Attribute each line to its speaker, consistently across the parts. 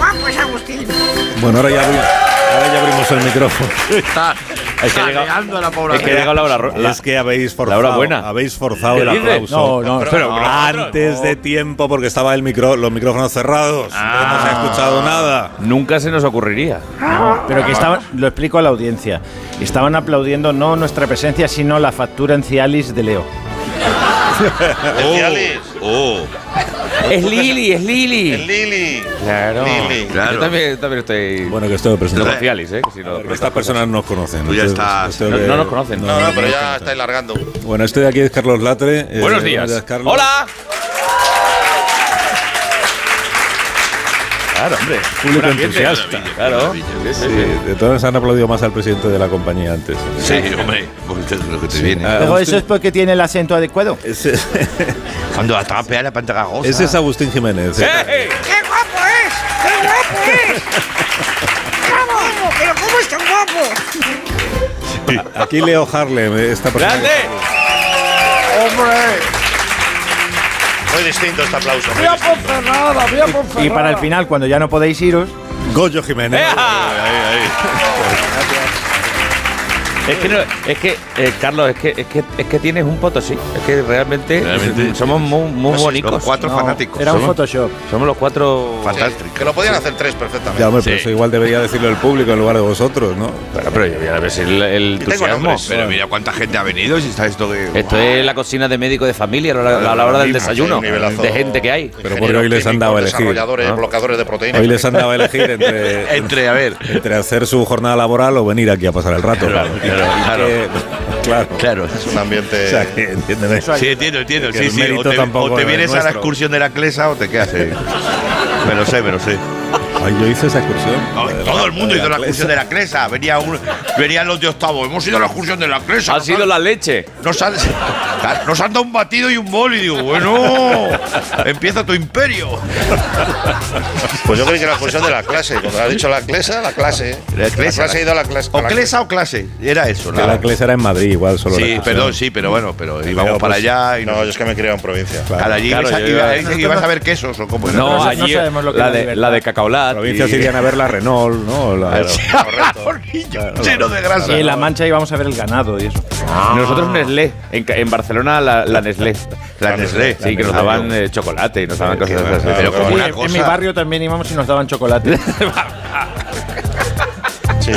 Speaker 1: Ah, pues,
Speaker 2: Bueno, ahora ya, abri- ahora ya abrimos el micrófono.
Speaker 3: Está
Speaker 4: Es que ha llegado-
Speaker 3: jadeando la pobre.
Speaker 4: es que ha llegado la hora. ro- la-
Speaker 2: es que habéis forzado,
Speaker 4: hora buena.
Speaker 2: habéis forzado
Speaker 4: ¿Qué
Speaker 2: el
Speaker 4: dices?
Speaker 2: aplauso.
Speaker 5: No, no,
Speaker 4: pero-
Speaker 2: pero, antes de tiempo porque estaba el micro, los micrófonos cerrados. No se ha escuchado nada.
Speaker 4: Ah. Nunca se nos ocurriría.
Speaker 5: Ah. Pero que estaban, lo explico a la audiencia, estaban aplaudiendo no nuestra presencia, sino la factura en Cialis de Leo.
Speaker 6: Especiales. Oh,
Speaker 4: Es Lili, es
Speaker 6: el
Speaker 4: Lili.
Speaker 6: Lili.
Speaker 4: Claro.
Speaker 6: Lili.
Speaker 4: Yo también, yo también estoy.
Speaker 2: Bueno, que estoy
Speaker 4: lo
Speaker 2: presentado.
Speaker 4: confiáis, ¿eh? Que si no,
Speaker 2: Estas personas no nos conocen.
Speaker 3: Tú ya
Speaker 2: Esto-
Speaker 3: estás-
Speaker 2: esto
Speaker 4: no-
Speaker 2: que-
Speaker 4: no nos conocen. Eh,
Speaker 6: No, no, pero ya estáis largando.
Speaker 2: Bueno, este de aquí es Carlos Latre. Eh,
Speaker 4: Buenos días.
Speaker 2: Carlos.
Speaker 4: ¡Hola! Claro, hombre. Público entusiasta. Claro. Sí, sí,
Speaker 2: Sí,
Speaker 4: sí.
Speaker 2: de todas han aplaudido más al presidente de la compañía antes.
Speaker 3: Sí, hombre, pues es lo que te viene.
Speaker 2: Ah,
Speaker 5: Pero eso
Speaker 2: Agustín-
Speaker 5: es porque tiene el acento adecuado.
Speaker 2: Ese,
Speaker 3: Cuando atrape a la pantalla rosa.
Speaker 2: ese es Agustín Jiménez. eh.
Speaker 4: ¡Eh, eh!
Speaker 1: ¡Qué guapo es! ¡Qué guapo es! ¡Cómo! ¡Pero cómo es tan guapo!
Speaker 2: Aquí Leo Harlem, eh, esta persona.
Speaker 4: ¡Grande!
Speaker 6: Muy distinto este aplauso. muy distinto.
Speaker 1: Ponferrada! ¡Voy a Ponferrada!
Speaker 5: Y para el final, cuando ya no podéis iros,
Speaker 2: Goyo Jiménez.
Speaker 4: ¡Ea!
Speaker 6: Ahí, ahí.
Speaker 4: Es que, no, es que eh, Carlos, es que, es, que, es que tienes un potosí. Es que realmente, eh,
Speaker 3: Realmente.
Speaker 4: somos muy, muy
Speaker 3: Pues sí,
Speaker 4: bonitos.
Speaker 3: los cuatro
Speaker 5: no,
Speaker 3: fanáticos.
Speaker 5: era un
Speaker 3: Somos-
Speaker 5: Photoshop.
Speaker 4: Somos los cuatro.
Speaker 3: Fantástico.
Speaker 6: Que lo podían hacer tres perfectamente.
Speaker 2: Ya, hombre, pero
Speaker 3: Sí.
Speaker 2: eso igual debería decirlo el público en lugar de vosotros, ¿no?
Speaker 4: Bueno, pero yo voy a ver si el, el
Speaker 6: Yo tengo
Speaker 4: entusiasmo.
Speaker 6: nombres.
Speaker 3: Pero mira cuánta gente ha venido si está esto de.
Speaker 4: Esto es la cocina de médico de familia a la, a la hora del
Speaker 3: Sí,
Speaker 4: desayuno.
Speaker 6: un nivelazo.
Speaker 4: De gente que hay.
Speaker 2: Pero porque hoy les han dado
Speaker 6: Ingenieros
Speaker 2: a elegir.
Speaker 6: químicos,
Speaker 5: Ah.
Speaker 6: Desarrolladores,
Speaker 4: ¿no?
Speaker 6: bloqueadores de proteínas.
Speaker 2: Hoy les han dado a elegir entre,
Speaker 3: Entre, a ver.
Speaker 2: entre hacer su jornada laboral o venir aquí a pasar el rato.
Speaker 3: Claro, claro,
Speaker 2: Y
Speaker 3: claro.
Speaker 2: que- claro.
Speaker 3: Claro.
Speaker 6: Es un ambiente.
Speaker 2: O sea, que, entiéndeme.
Speaker 3: este, Sí, entiendo, entiendo.
Speaker 2: Que
Speaker 3: Sí,
Speaker 2: el
Speaker 3: sí.
Speaker 2: mérito
Speaker 3: O te,
Speaker 2: tampoco
Speaker 3: o te
Speaker 2: es
Speaker 3: vienes a la
Speaker 2: nuestro.
Speaker 3: excursión de la Clesa o te quedas. ahí. Me lo sé, me lo sé.
Speaker 2: Ay, yo hice esa excursión.
Speaker 3: No,
Speaker 2: Joder,
Speaker 3: todo el mundo hizo la
Speaker 2: clase.
Speaker 3: excursión de la Clesa. Venía un- Venían los de octavo. Hemos ido a la excursión de la Clesa.
Speaker 4: Ha
Speaker 3: Nos
Speaker 4: sido
Speaker 3: han-
Speaker 4: la leche.
Speaker 3: Nos han, nos han dado un batido y un bol. Y digo, bueno, empieza tu imperio.
Speaker 6: Pues yo creo que la función de la clase. Cuando has dicho la clase, la clase.
Speaker 3: La Clesa,
Speaker 6: ha ido a la clase.
Speaker 3: O
Speaker 6: a la
Speaker 3: Clesa o clase. Era eso.
Speaker 2: Que
Speaker 3: nada.
Speaker 2: la clase era en Madrid, igual solo. la
Speaker 3: Sí,
Speaker 2: excursión.
Speaker 3: perdón, sí, pero bueno, pero íbamos
Speaker 2: Pero,
Speaker 3: para
Speaker 2: pues,
Speaker 3: allá y
Speaker 6: No, yo es que me he criado en provincia.
Speaker 3: Claro, allí
Speaker 4: Claro,
Speaker 3: ibas,
Speaker 4: yo
Speaker 3: a-
Speaker 4: iba-
Speaker 3: ibas- ibas a ver quesos o cómo era.
Speaker 4: No,
Speaker 5: no
Speaker 4: allí
Speaker 5: sabemos lo que
Speaker 4: la,
Speaker 5: es la
Speaker 4: de,
Speaker 5: libertad.
Speaker 4: la de cacaolat.
Speaker 2: Provincias
Speaker 4: y-
Speaker 2: irían a ver la Renault, ¿no? La-
Speaker 3: Hornillo lleno de grasa.
Speaker 5: y en La Mancha íbamos a ver el ganado y eso.
Speaker 4: Nosotros Nestlé. En, ca- en Barcelona la, la Nestlé.
Speaker 3: La Nestlé.
Speaker 4: Sí, que nos daban eh, chocolate y nos daban
Speaker 3: Qué
Speaker 4: cosas
Speaker 3: bueno,
Speaker 4: así.
Speaker 3: pero como
Speaker 5: Sí,
Speaker 3: una
Speaker 5: en, en mi
Speaker 3: cosa.
Speaker 5: barrio también íbamos y nos daban chocolate.
Speaker 6: Sí.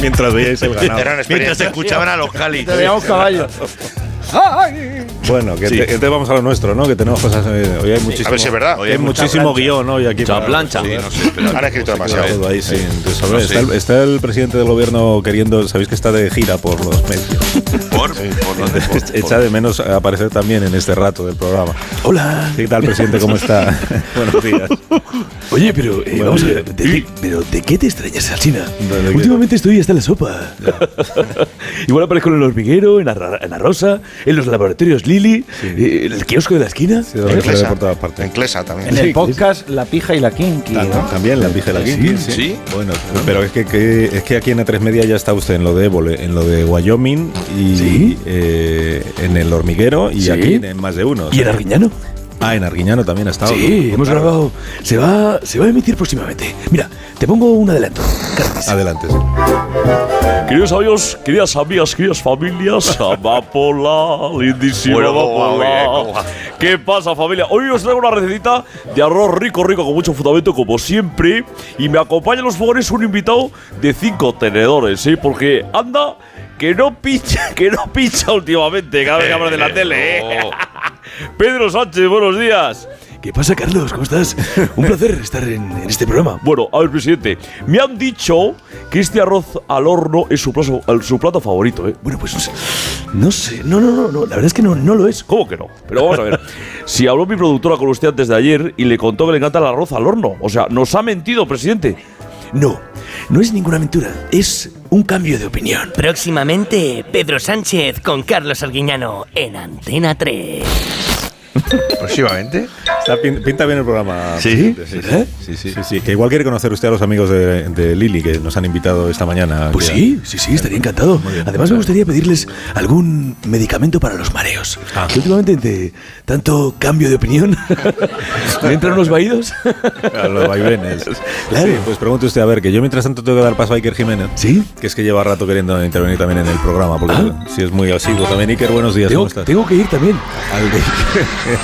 Speaker 2: Mientras veíais el ganado.
Speaker 6: Eran
Speaker 3: Mientras
Speaker 6: experiencias.
Speaker 3: escuchaban a los Cali.
Speaker 5: Teníamos caballos.
Speaker 2: Bueno, que te- entonces vamos a lo nuestro, ¿no? Que tenemos cosas. eh, hoy hay muchísimo.
Speaker 6: A ver si es verdad.
Speaker 2: Hay muchísimo guión hoy aquí.
Speaker 4: Mucha
Speaker 2: para-
Speaker 4: plancha.
Speaker 3: Sí, no sé, pero-
Speaker 6: Han escrito
Speaker 2: Claro,
Speaker 6: demasiado.
Speaker 2: todo ahí sin resolver.
Speaker 3: No sé.
Speaker 2: Está, el, está el presidente del gobierno queriendo, sabéis que está de gira por los medios.
Speaker 3: Por, por dónde, por-
Speaker 2: Echa de menos aparecer también en este rato del programa. Hola. ¿Qué tal, presidente? ¿Cómo está? Buenos días.
Speaker 7: Oye, pero eh,
Speaker 2: Bueno,
Speaker 7: vamos a
Speaker 2: oye,
Speaker 7: ver, ¿de, qué- pero ¿de qué te extrañas, Alsina?
Speaker 2: ¿De- de qué?
Speaker 7: Últimamente estoy hasta la sopa. Igual aparezco en el hormiguero, en la, ra- en la rosa, en los laboratorios Lili, eh, en el kiosco de la esquina.
Speaker 2: Sí, lo que por todas partes.
Speaker 6: En Clesa también.
Speaker 5: En el podcast La Pija y la Kinky.
Speaker 2: Ah, ¿no?
Speaker 5: ¿no?
Speaker 2: También la dije la Kinky,
Speaker 7: Sí,
Speaker 3: sí.
Speaker 2: Bueno, pero es que, que- es que aquí en A3 Media ya está usted en lo de Évole, en lo de Wyoming y
Speaker 7: Sí.
Speaker 2: eh, en el hormiguero y
Speaker 7: Sí.
Speaker 2: aquí en más de uno.
Speaker 7: ¿Y en Arguiñano?
Speaker 2: Ah, en Arguiñano también ha estado.
Speaker 7: sí, hemos grabado. Se va, se va a emitir
Speaker 8: Este,
Speaker 7: próximamente. Mira, te pongo un adelanto. Carles.
Speaker 2: Adelante. sí.
Speaker 8: Queridos amigos, queridas amigas, queridas familias, amapola, lindísima
Speaker 3: Bueno, ¿cómo va,
Speaker 8: amapola.
Speaker 3: oye? ¿Cómo va?
Speaker 8: ¿Qué pasa, familia? Hoy os traigo una recetita de arroz rico, rico, con mucho fundamento, como siempre. Y me acompaña en los fogones un invitado de cinco tenedores, ¿eh? Porque anda que no pincha, que no pincha últimamente cada vez que habla de la tele, ¿eh? Pedro Sánchez, buenos días.
Speaker 7: ¿Qué pasa, Carlos? ¿Cómo estás? Un placer estar en, en este programa.
Speaker 8: Bueno, a ver, presidente, me han dicho que este arroz al horno es su, plazo- su plato favorito, ¿eh?
Speaker 7: Bueno, pues no sé. No, no, no, no. La verdad es que no, no lo es.
Speaker 8: ¿Cómo que no? Pero vamos a ver. Si habló mi productora con usted antes de ayer y le contó que le encanta el arroz al horno. O sea, nos ha mentido, presidente.
Speaker 7: No, no es ninguna aventura, es un cambio de opinión.
Speaker 9: Próximamente, Pedro Sánchez con Carlos Arguiñano en Antena 3.
Speaker 3: Próximamente.
Speaker 2: Está pin- pinta bien el
Speaker 7: Ah,
Speaker 2: programa.
Speaker 8: ¿Sí?
Speaker 7: pues
Speaker 8: ¿Eh?
Speaker 2: presidente, Sí, ¿Eh? sí, sí, sí. Que igual quiere conocer usted a los amigos de, de Lili que nos han invitado esta mañana.
Speaker 8: Pues
Speaker 2: Que-
Speaker 8: sí, sí, sí, estaría encantado. Además, me gustaría pedirles algún medicamento para los mareos. Que últimamente, entre tanto cambio de opinión, me entran unos vaídos.
Speaker 2: A los vaivenes.
Speaker 8: Claro.
Speaker 2: Sí, pues pregunte usted, a ver, que yo mientras tanto tengo que dar paso a Iker Jiménez.
Speaker 8: ¿Sí?
Speaker 2: Que es que lleva rato queriendo intervenir también en el programa, porque
Speaker 8: Ah.
Speaker 2: si es muy asiduo también. Iker, buenos días,
Speaker 8: Tengo,
Speaker 2: ¿cómo estás?
Speaker 8: tengo que ir también.
Speaker 2: Al de-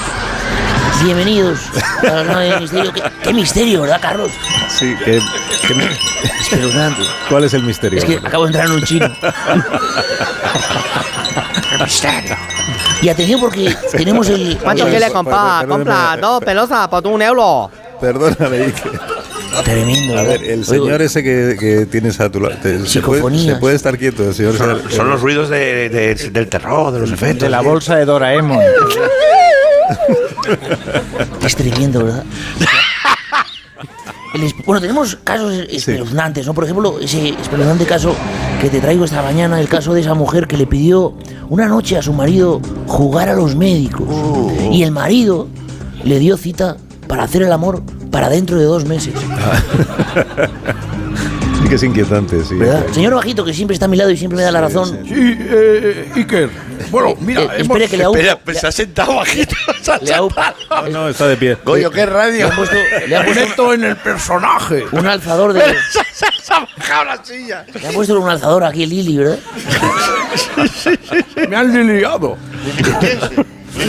Speaker 10: Bienvenidos a la nave del misterio. ¿Qué, qué misterio, ¿verdad, Carlos?
Speaker 2: Sí, que- que-
Speaker 10: Espeluznante.
Speaker 2: ¿cuál es el misterio?
Speaker 10: Es que acabo de entrar en un chino.
Speaker 3: Misterio.
Speaker 10: Y atención porque tenemos el.
Speaker 9: ¿Cuánto
Speaker 2: Pues,
Speaker 9: quiere
Speaker 2: pues,
Speaker 9: comprar?
Speaker 2: perdóneme.
Speaker 9: Compra dos pelosas por un euro.
Speaker 2: Perdóname, Iker.
Speaker 10: Tremendo.
Speaker 2: A ver, el señor ese que, que tienes a tu lado. te- Se puede,
Speaker 10: Psicofonías.
Speaker 2: se puede estar quieto, el señor.
Speaker 6: Son, son los ruidos de- de- del terror, de los efectos.
Speaker 11: De la bolsa de Doraemon.
Speaker 10: Es tremendo, ¿verdad? El esp- Bueno, tenemos casos espeluznantes, ¿no? Por ejemplo, ese espeluznante caso que te traigo esta mañana, el caso de esa mujer que le pidió una noche a su marido jugar a los médicos.
Speaker 12: Oh.
Speaker 10: Y el marido le dio cita para hacer el amor para dentro de dos meses.
Speaker 2: Sí que es inquietante, sí.
Speaker 10: ¿Verdad? Señor Bajito, que siempre está a mi lado y siempre me da la razón.
Speaker 12: Sí, eh, Iker. Bueno, mira,
Speaker 10: Eh, espere que le hago-
Speaker 6: Espera, pues se ha sentado bajito. se ha
Speaker 10: Le ha-
Speaker 2: No, no, está de pie.
Speaker 6: Goyo, qué
Speaker 10: le
Speaker 6: radio.
Speaker 10: ha puesto, le ha puesto
Speaker 12: meto en el personaje.
Speaker 10: un alzador de.
Speaker 6: Se ha bajado la silla.
Speaker 10: Le ha puesto un alzador aquí el Lili, ¿verdad?
Speaker 12: Me han liado.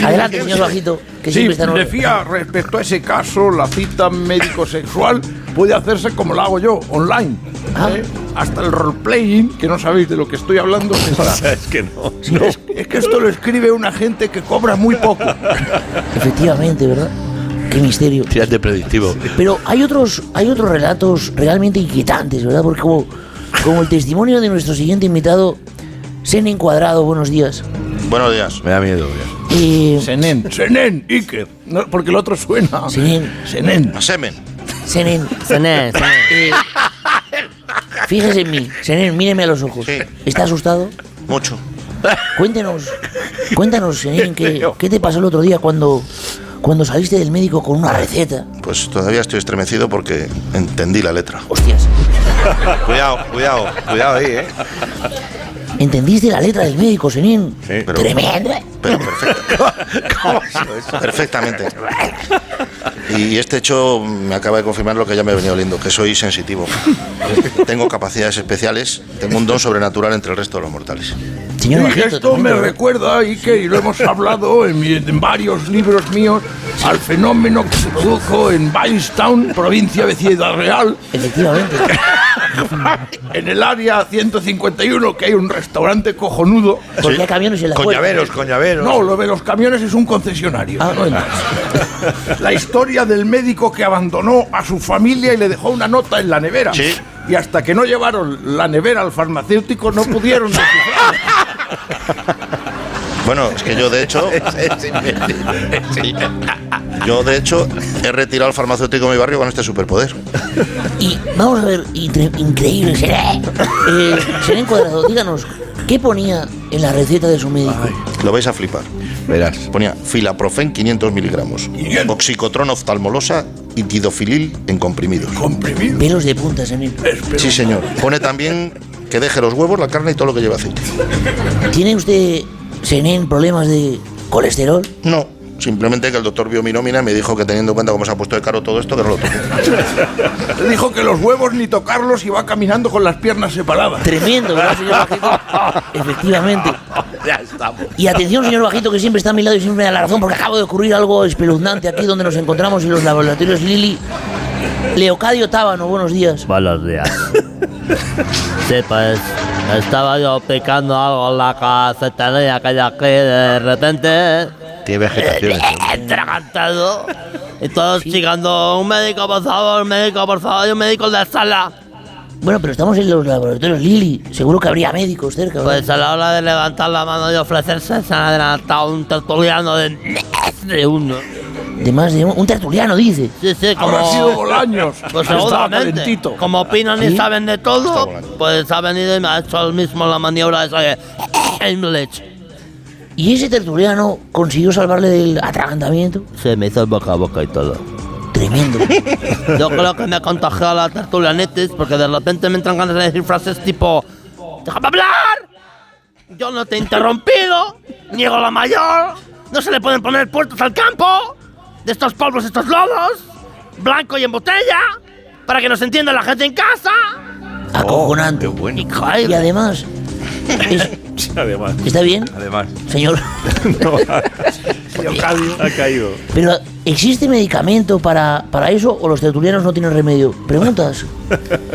Speaker 10: Adelante, señor Bajito, que
Speaker 12: Sí,
Speaker 10: siempre está en
Speaker 12: decía, respecto a ese caso, la cita médico-sexual puede hacerse como la hago yo, online.
Speaker 10: Ah.
Speaker 12: ¿eh? Hasta el roleplaying, que no sabéis de lo que estoy hablando, se está.
Speaker 2: Es que no.
Speaker 12: Es, es que esto lo escribe una gente que cobra muy poco.
Speaker 10: Efectivamente, ¿verdad? Qué misterio.
Speaker 6: Fíjate predictivo.
Speaker 10: Pero hay otros, hay otros relatos realmente inquietantes, ¿verdad? Porque como, como el testimonio de nuestro siguiente invitado, Sen Encuadrado, buenos días.
Speaker 6: Buenos días. Me da miedo. ya.
Speaker 10: Eh,
Speaker 11: Senen.
Speaker 12: Senen, Iker. No, porque el otro suena.
Speaker 10: Senen.
Speaker 12: Senen.
Speaker 6: A semen.
Speaker 10: Senen,
Speaker 9: Cené, cené.
Speaker 10: eh, fíjese en mí, Senen, míreme a los ojos.
Speaker 6: Sí.
Speaker 10: ¿Está asustado?
Speaker 6: Mucho.
Speaker 10: Cuéntenos, cuéntanos, Senen, ¿qué, qué te pasó el otro día cuando, cuando saliste del médico con una receta?
Speaker 6: Pues todavía estoy estremecido porque entendí la letra.
Speaker 10: Hostias,
Speaker 6: Cuidado, cuidado, cuidado ahí, ¿eh?
Speaker 10: ¿entendiste la letra del médico, Senen?
Speaker 6: pero-
Speaker 10: Tremendo. ¿eh?
Speaker 6: Pero perfecto. Perfectamente. Y este hecho me acaba de confirmar lo que ya me venía oliendo, que soy sensitivo. Tengo capacidades especiales, tengo un don sobrenatural entre el resto de los mortales.
Speaker 10: Señor
Speaker 12: Y
Speaker 10: Bajito,
Speaker 12: esto me
Speaker 10: tremendo, ¿eh? ¿verdad?
Speaker 12: recuerda, Iker, y lo hemos hablado en, mi- en varios libros míos, al fenómeno que se produjo en Bainstown, provincia de Ciudad Real,
Speaker 10: Efectivamente.
Speaker 12: en el área 151, que hay un restaurante cojonudo.
Speaker 10: Porque hay camiones en la
Speaker 6: Con
Speaker 10: puerta.
Speaker 6: llaveros, con llaveros.
Speaker 12: No, lo de los camiones es un concesionario.
Speaker 10: Ah.
Speaker 12: no hay más. La historia del médico que abandonó a su familia y le dejó una nota en la nevera.
Speaker 6: Sí.
Speaker 12: Y hasta que no llevaron la nevera al farmacéutico no pudieron descifrarlo.
Speaker 6: Bueno, es que yo de hecho. Yo de hecho he retirado al farmacéutico de mi barrio con este superpoder.
Speaker 10: Y vamos a ver, incre- increíble será. Eh, será encuadrado, díganos, ¿qué ponía en la receta de su médico?
Speaker 6: Lo vais a flipar. Verás. Ponía filaprofen 500 miligramos, oxicotron oftalmolosa y tidofilil en comprimidos.
Speaker 12: Comprimido.
Speaker 10: Pelos de punta, Senén.
Speaker 6: Sí, señor. Pone también que deje los huevos, la carne y todo lo que lleva aceite.
Speaker 10: ¿Tiene usted, Senén, problemas de colesterol?
Speaker 6: No, simplemente que el doctor vio mi nómina y me dijo que teniendo en cuenta cómo se ha puesto de caro todo esto, que no lo toque.
Speaker 12: Le dijo que los huevos ni tocarlos y va caminando con las piernas separadas.
Speaker 10: Tremendo, ¿verdad, señor Bajito? Efectivamente.
Speaker 6: Ya estamos.
Speaker 10: Y atención, señor Bajito, que siempre está a mi lado y siempre me da la razón, porque acabo de ocurrir algo espeluznante aquí donde nos encontramos en los laboratorios Lili. Leocadio Tábano, buenos días.
Speaker 9: Buenos días. Sí, pues estaba yo picando algo en la cafetería que hay aquí de repente.
Speaker 6: Tiene vegetaciones.
Speaker 9: Entragantado. Y todos chingando, un médico, por favor, un médico, por favor, y un médico en la sala.
Speaker 10: Bueno, pero estamos en los laboratorios Lili. Seguro que habría médicos cerca. ¿verdad?
Speaker 9: Pues a la hora de levantar la mano y ofrecerse, se han adelantado un tertuliano de más de uno.
Speaker 10: De más de un, un tertuliano, dice.
Speaker 9: Sí, sí, como.
Speaker 12: Habrá sido Bolaños.
Speaker 9: Pues
Speaker 12: Estaba
Speaker 9: seguramente,
Speaker 12: calentito.
Speaker 9: como opinan y
Speaker 10: ¿Sí?
Speaker 9: saben de
Speaker 6: Está
Speaker 9: todo,
Speaker 6: volando.
Speaker 9: pues ha venido y me ha hecho el mismo la maniobra esa que... Heimlich.
Speaker 10: Y ese tertuliano consiguió salvarle del atragantamiento.
Speaker 9: Se me hizo boca a boca y todo.
Speaker 10: Tremendo.
Speaker 9: Yo creo que me contagió la tertulianitis porque de repente me entran ganas de decir frases tipo: ¡Déjame hablar! Yo no te he interrumpido, niego la mayor, no se le pueden poner puertos al campo, de estos polvos, estos lodos, blanco y en botella, para que nos entienda la gente en casa.
Speaker 10: Acojonante.
Speaker 13: Oh,
Speaker 10: Y, joder, y además,
Speaker 13: Además.
Speaker 10: ¿está bien?
Speaker 13: Además.
Speaker 10: Señor.
Speaker 13: Ha caído.
Speaker 10: Pero, ¿existe medicamento para, para eso o los tertulianos no tienen remedio? Preguntas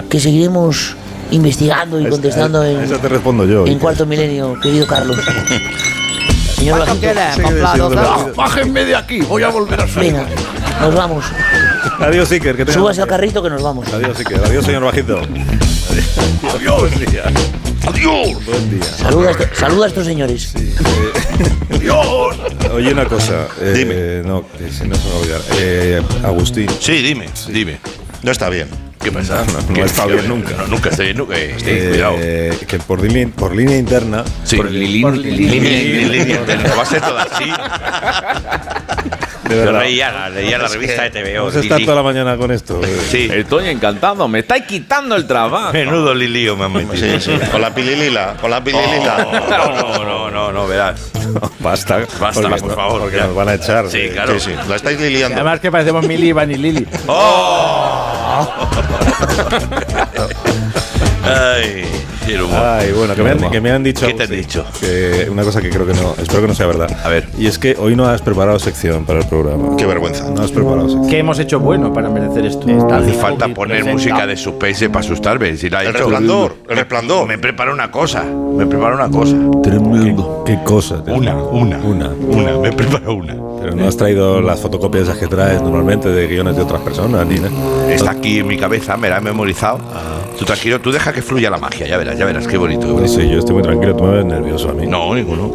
Speaker 10: que seguiremos investigando y contestando
Speaker 2: A
Speaker 10: en,
Speaker 2: esa te respondo yo.
Speaker 10: en cuarto milenio, querido Carlos. Señor
Speaker 9: ¿Cuánto
Speaker 10: Bajito,
Speaker 9: queda,
Speaker 2: Sigue
Speaker 9: Pamplado?
Speaker 2: diciéndolo.
Speaker 9: Dale.
Speaker 12: Ah, Bájenme de aquí, voy a volver a salir.
Speaker 10: venga, nos vamos.
Speaker 2: Adiós, Iker. Que tengas-
Speaker 10: Súbase al carrito que nos vamos.
Speaker 2: Adiós, Iker. Adiós, señor Bajito.
Speaker 12: Adiós, adiós,
Speaker 2: Buen día.
Speaker 10: Saluda, a este- saluda a estos señores.
Speaker 12: adiós.
Speaker 2: Oye, una cosa. eh,
Speaker 6: Dime.
Speaker 2: No, que si no se me va a olvidar. Eh, Agustín.
Speaker 6: Sí, dime, dime. No está bien.
Speaker 4: ¿Qué pasa?
Speaker 2: no
Speaker 4: ¿Qué-
Speaker 2: ha estado
Speaker 4: qué-
Speaker 2: bien nunca.
Speaker 4: no, nunca está bien, nunca. eh, sí,
Speaker 2: eh,
Speaker 4: cuidado.
Speaker 2: que por línea, por línea interna.
Speaker 4: Sí, Lilín, Lilín, Lilín, Lilín, te lo vas a hacer todo así.
Speaker 2: De
Speaker 4: Yo
Speaker 2: verdad.
Speaker 4: leía la, leía la revista de TVO.
Speaker 2: Vamos a estar
Speaker 4: Lilín.
Speaker 2: toda la mañana con esto. eh.
Speaker 4: Sí.
Speaker 14: Estoy encantado, me estáis quitando el trabajo.
Speaker 4: Menudo lilío me han metido.
Speaker 6: Sí, sí. Con la pililila, con la pililila.
Speaker 4: No, no, no, no, verás.
Speaker 2: Basta.
Speaker 4: Basta,
Speaker 2: porque
Speaker 4: por
Speaker 2: no-
Speaker 4: favor,
Speaker 2: Porque
Speaker 4: ya.
Speaker 2: nos van a echar.
Speaker 4: Sí,
Speaker 2: eh.
Speaker 4: claro.
Speaker 6: Sí, sí, la estáis liliando.
Speaker 11: Además que parecemos Mili, Iván y Lili.
Speaker 4: Oh. Ay, el humor.
Speaker 2: Ay, bueno, que me han, que me han dicho.
Speaker 4: ¿Qué te han
Speaker 2: sí,
Speaker 4: dicho?
Speaker 2: que una cosa que creo que no, espero que no sea verdad.
Speaker 4: A ver.
Speaker 2: Y es que hoy no has preparado sección para el programa.
Speaker 6: Qué vergüenza.
Speaker 2: No has preparado sección.
Speaker 11: ¿Qué hemos hecho bueno para merecer esto?
Speaker 4: Hace falta poner música de suspense para asustarme. Si la
Speaker 6: El
Speaker 4: he hecho.
Speaker 6: resplandor, el resplandor.
Speaker 4: Me preparo una cosa. Me preparo una cosa.
Speaker 2: Tremendo. Qué cosa. tío.
Speaker 4: Una, una.
Speaker 2: Una.
Speaker 4: Una, me preparo una.
Speaker 2: Pero no has traído las fotocopias esas que traes normalmente de guiones de otras personas, ni nada. Ah.
Speaker 4: Está aquí en mi cabeza, me la he memorizado. Tú tranquilo, tú deja que fluya la magia, ya verás, ya verás, qué bonito. qué
Speaker 2: No
Speaker 4: bonito.
Speaker 2: sé, yo estoy muy tranquilo, tú me ves nervioso a mí.
Speaker 4: No, ninguno.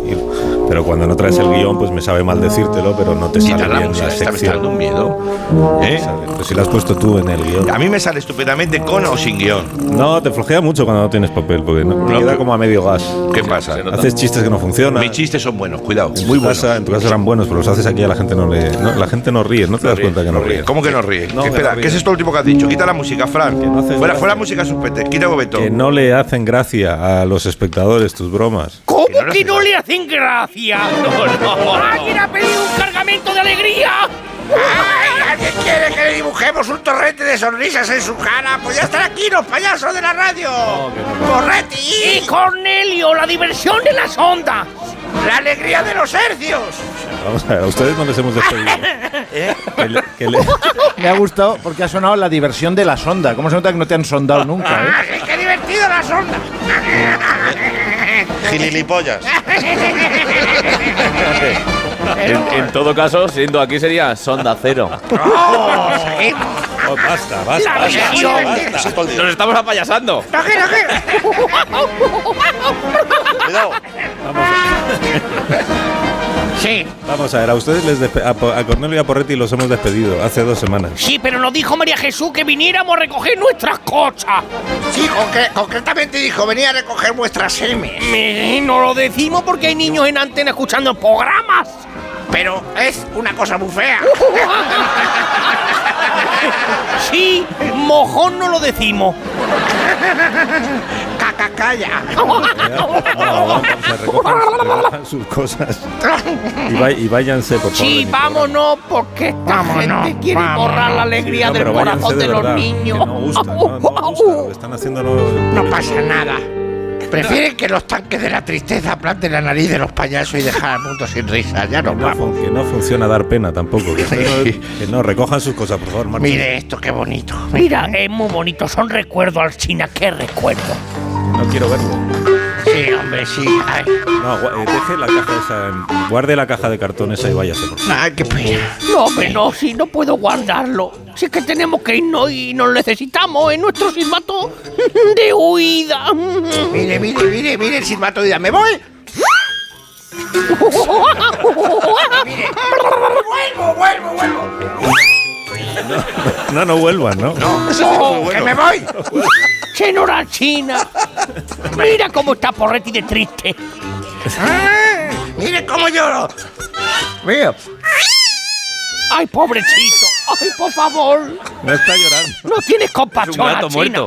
Speaker 2: Pero cuando no traes el guión, pues me sabe mal decírtelo, pero no te sale
Speaker 4: Quitar la
Speaker 2: bien
Speaker 4: música,
Speaker 2: la
Speaker 4: esta me
Speaker 2: sección.
Speaker 4: está dando un miedo. ¿Eh?
Speaker 2: Sale. Pues si la has puesto tú en el guión.
Speaker 4: A mí me sale estupendamente con o sin guión.
Speaker 2: No, te flojea mucho cuando no tienes papel, porque no, te
Speaker 4: No,
Speaker 2: queda
Speaker 4: pero-
Speaker 2: como a medio gas.
Speaker 4: ¿Qué pasa?
Speaker 2: Haces chistes que no funcionan.
Speaker 4: Mis chistes son buenos, cuidado.
Speaker 2: En
Speaker 4: Muy
Speaker 2: tu
Speaker 4: buenos.
Speaker 2: casa- en tu casa eran buenos, pero los haces aquí a la gente no le. no, la gente no ríe, no te das cuenta que no ríe.
Speaker 4: ¿Cómo que no ríe?
Speaker 2: No, que
Speaker 4: Espera,
Speaker 2: no ríe.
Speaker 4: ¿qué es esto último que has dicho? Quita la música, Fran.
Speaker 2: Que no haces
Speaker 4: fuera,
Speaker 2: gracia.
Speaker 4: fuera música suspende. Quita Gobeto.
Speaker 2: Que no le hacen gracia a los espectadores tus bromas.
Speaker 9: ¿Cómo
Speaker 4: Que no le hace gracia.
Speaker 9: hacen gracia? No, no.
Speaker 3: ¡Alguien ha pedido un cargamento de alegría! ¡Ay! ¿Alguien quiere que le dibujemos un torrente de sonrisas en su cara? Pues ya están aquí los payasos de la radio. ¡Correti! ¡Y Cornelio, la diversión de las ondas! ¡La alegría de los hercios!
Speaker 2: Vamos a ver, a ustedes no les hemos despedido. Que le- que le-
Speaker 11: Me ha gustado porque ha sonado la diversión de la sonda. ¿Cómo se nota que no te han sondado nunca? eh?
Speaker 3: ¡Ah, qué- qué divertido las ondas!
Speaker 6: Gililipollas.
Speaker 14: En, en todo caso, siendo aquí sería sonda cero.
Speaker 2: Oh, basta, basta.
Speaker 3: ¡La diversión!
Speaker 6: Así todo el día.
Speaker 14: Nos estamos apayasando.
Speaker 3: ¡Toque,
Speaker 6: Cuidado.
Speaker 3: Sí,
Speaker 2: Vamos a ver, a ustedes les despe- a, Po- a Cornelio y a Porretti los hemos despedido hace dos semanas.
Speaker 3: sí, pero nos dijo María Jesús que viniéramos a recoger nuestras cosas. Sí, concretamente dijo, venía a recoger vuestras semes. no lo decimos porque hay niños en antena escuchando programas. Pero es una cosa muy fea. sí, mojón no lo decimos. Caca, calla.
Speaker 2: No, vamos a recojan- recojan sus cosas y, vai- y váyanse, por favor. de
Speaker 3: Sí,
Speaker 2: mi
Speaker 3: vámonos, porque esta gente quiere borrar la alegría
Speaker 2: programa. No,
Speaker 3: del corazón
Speaker 2: pero váyanse
Speaker 3: de, los
Speaker 2: verdad,
Speaker 3: niños.
Speaker 2: que no gusta, no, no gusta, lo que están haciendo no,
Speaker 15: No pasa nada. Prefieren que los tanques de la tristeza planten la nariz de los payasos y dejar al mundo sin risa. Ya
Speaker 2: que
Speaker 15: nos
Speaker 2: no
Speaker 15: vamos.
Speaker 2: fun- que no funciona dar pena tampoco. Que, no, que no, recojan sus cosas, por favor, marchen.
Speaker 15: Mire esto, qué bonito.
Speaker 3: Mira, es muy bonito, son recuerdos al China, qué recuerdo.
Speaker 2: No quiero verlo.
Speaker 15: Sí, hombre, sí. Ay,
Speaker 2: No, gua- eh, deje la caja esa, en- guarde la caja de cartón esa y váyase, por favor.
Speaker 15: ay, qué pena.
Speaker 3: No, hombre, no, si no puedo guardarlo. Si es que tenemos que irnos y nos necesitamos en nuestro silbato de huida.
Speaker 15: Mire, mire, mire, mire el silbato de ida. ¡Me voy! ¡Vuelvo, vuelvo, vuelvo!
Speaker 2: No, no vuelvan, ¿no?
Speaker 15: ¡Que me voy!
Speaker 3: Señora China, mira cómo está Porretti de triste.
Speaker 15: Ah, ¡Mire cómo lloro! ¡Mío! ¡Ay, pobrecito! ¡Ay, por favor!
Speaker 6: No está llorando.
Speaker 15: ¡No tienes compasión!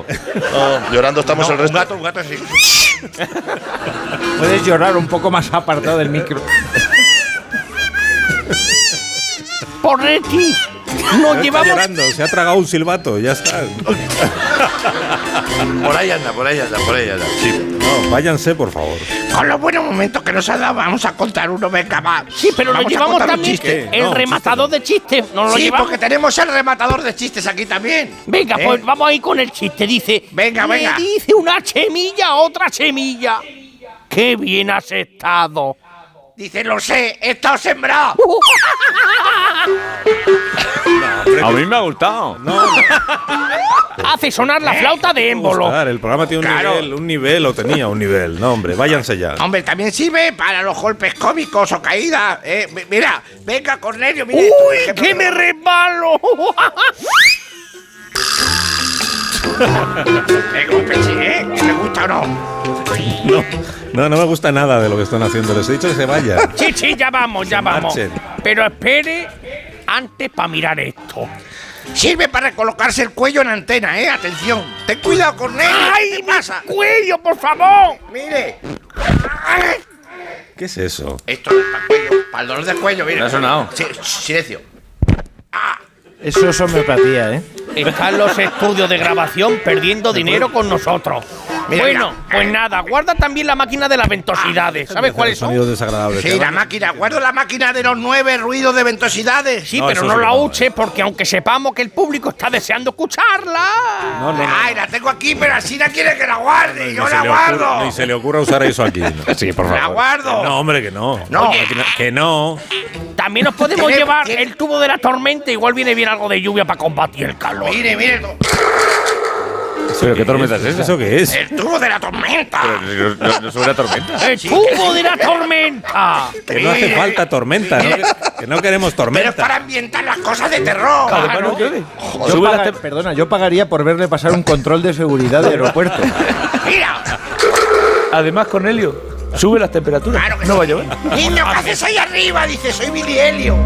Speaker 6: Oh,
Speaker 16: Llorando estamos el resto.
Speaker 6: un gato así.
Speaker 17: Puedes llorar un poco más apartado del micro.
Speaker 15: ¡Porretti!
Speaker 2: No
Speaker 15: ¡Nos
Speaker 2: está
Speaker 15: llevamos
Speaker 2: llorando, se ha tragado un silbato, ya está.
Speaker 6: Por ahí anda, por ahí anda, por ahí anda. Sí.
Speaker 2: No, váyanse, por favor.
Speaker 3: Con los buenos momentos que nos ha dado, vamos a contar uno, venga, va.
Speaker 15: Sí, pero nos
Speaker 3: Vamos a
Speaker 15: llevamos
Speaker 3: contar un
Speaker 15: también
Speaker 3: chiste.
Speaker 15: el rematador de chistes. Nos lo
Speaker 3: sí,
Speaker 15: llevamos.
Speaker 3: porque tenemos el rematador de chistes aquí también.
Speaker 15: Venga,
Speaker 3: ¿Eh?
Speaker 15: pues vamos ahí con el chiste. Dice.
Speaker 3: Venga,
Speaker 15: "Le
Speaker 3: venga.
Speaker 15: dice una semilla a otra semilla. ¡Qué bien has estado!
Speaker 3: Dice, lo sé, he estado sembrado.
Speaker 8: A mí me ha gustado.
Speaker 15: Hace sonar
Speaker 3: ¿Eh?
Speaker 15: la flauta de émbolo.
Speaker 2: Oscar, el programa tiene un
Speaker 3: Claro.
Speaker 2: nivel, un nivel, o tenía un nivel. No, hombre, váyanse ya.
Speaker 3: Hombre, también sirve para los golpes cómicos o caídas. eh. Mi- Mira, venga, Cornelio, mira.
Speaker 15: ¡Uy, que me resbalo!
Speaker 3: El golpe sí, ¿eh? ¿Me gusta o no?
Speaker 2: No, no, no me gusta nada de lo que están haciendo. Les he dicho que se vayan.
Speaker 15: Sí, sí, ya vamos, ya vamos.
Speaker 2: marchen.
Speaker 15: Pero espere antes para mirar esto.
Speaker 3: Sirve para colocarse el cuello en antena, ¿eh? Atención. Ten cuidado, Cornelio.
Speaker 15: ¡Ay,
Speaker 3: ¿Qué te pasa?
Speaker 15: ¡Cuello, por favor!
Speaker 3: Mire.
Speaker 2: ¿Qué es eso?
Speaker 3: Esto es para el cuello, para el dolor del cuello, mire.
Speaker 2: No ha sonado.
Speaker 3: Sí, silencio.
Speaker 4: Eso es homeopatía, ¿eh?
Speaker 15: Están los estudios de grabación perdiendo dinero con nosotros.
Speaker 3: Mira,
Speaker 15: bueno, pues nada, guarda también la máquina de las
Speaker 2: Ah,
Speaker 15: ventosidades. ¿Sabes cuáles son?
Speaker 2: Sonidos desagradables.
Speaker 3: Sí, la máquina. Guardo la máquina de los nueve ruidos de ventosidades.
Speaker 15: Sí, pero no la
Speaker 2: eh.
Speaker 15: uche porque aunque sepamos que el público está deseando escucharla.
Speaker 2: No, no, no.
Speaker 3: Ay, la tengo aquí, pero así la quiere que la guarde. Yo
Speaker 2: Ni se
Speaker 3: la
Speaker 2: le ocurra-
Speaker 3: guardo.
Speaker 2: ni se le ocurra usar eso aquí. ¿no? Sí, por
Speaker 3: La guardo.
Speaker 2: No, hombre, que no.
Speaker 3: No.
Speaker 2: Que no. Que no.
Speaker 15: También nos podemos llevar el tubo de la tormenta. Igual viene bien algo de lluvia para combatir el calor.
Speaker 3: Mire, mire,
Speaker 2: ¿Pero qué tormenta es esa? ¿Eso qué es?
Speaker 3: el tubo de la tormenta.
Speaker 2: No, es una tormenta.
Speaker 15: ¡El tubo de la tormenta!
Speaker 2: Que no hace falta tormenta, ¿no? Que- Que no queremos tormenta.
Speaker 3: Para ambientar las cosas de terror. Claro.
Speaker 4: Yo paga- Perdona, yo pagaría por verle pasar un control de seguridad de aeropuerto.
Speaker 18: Además, Cornelio, sube las temperaturas. no va a llover.
Speaker 3: Niño, ¿qué haces ahí arriba? Dice, soy Billy Helio.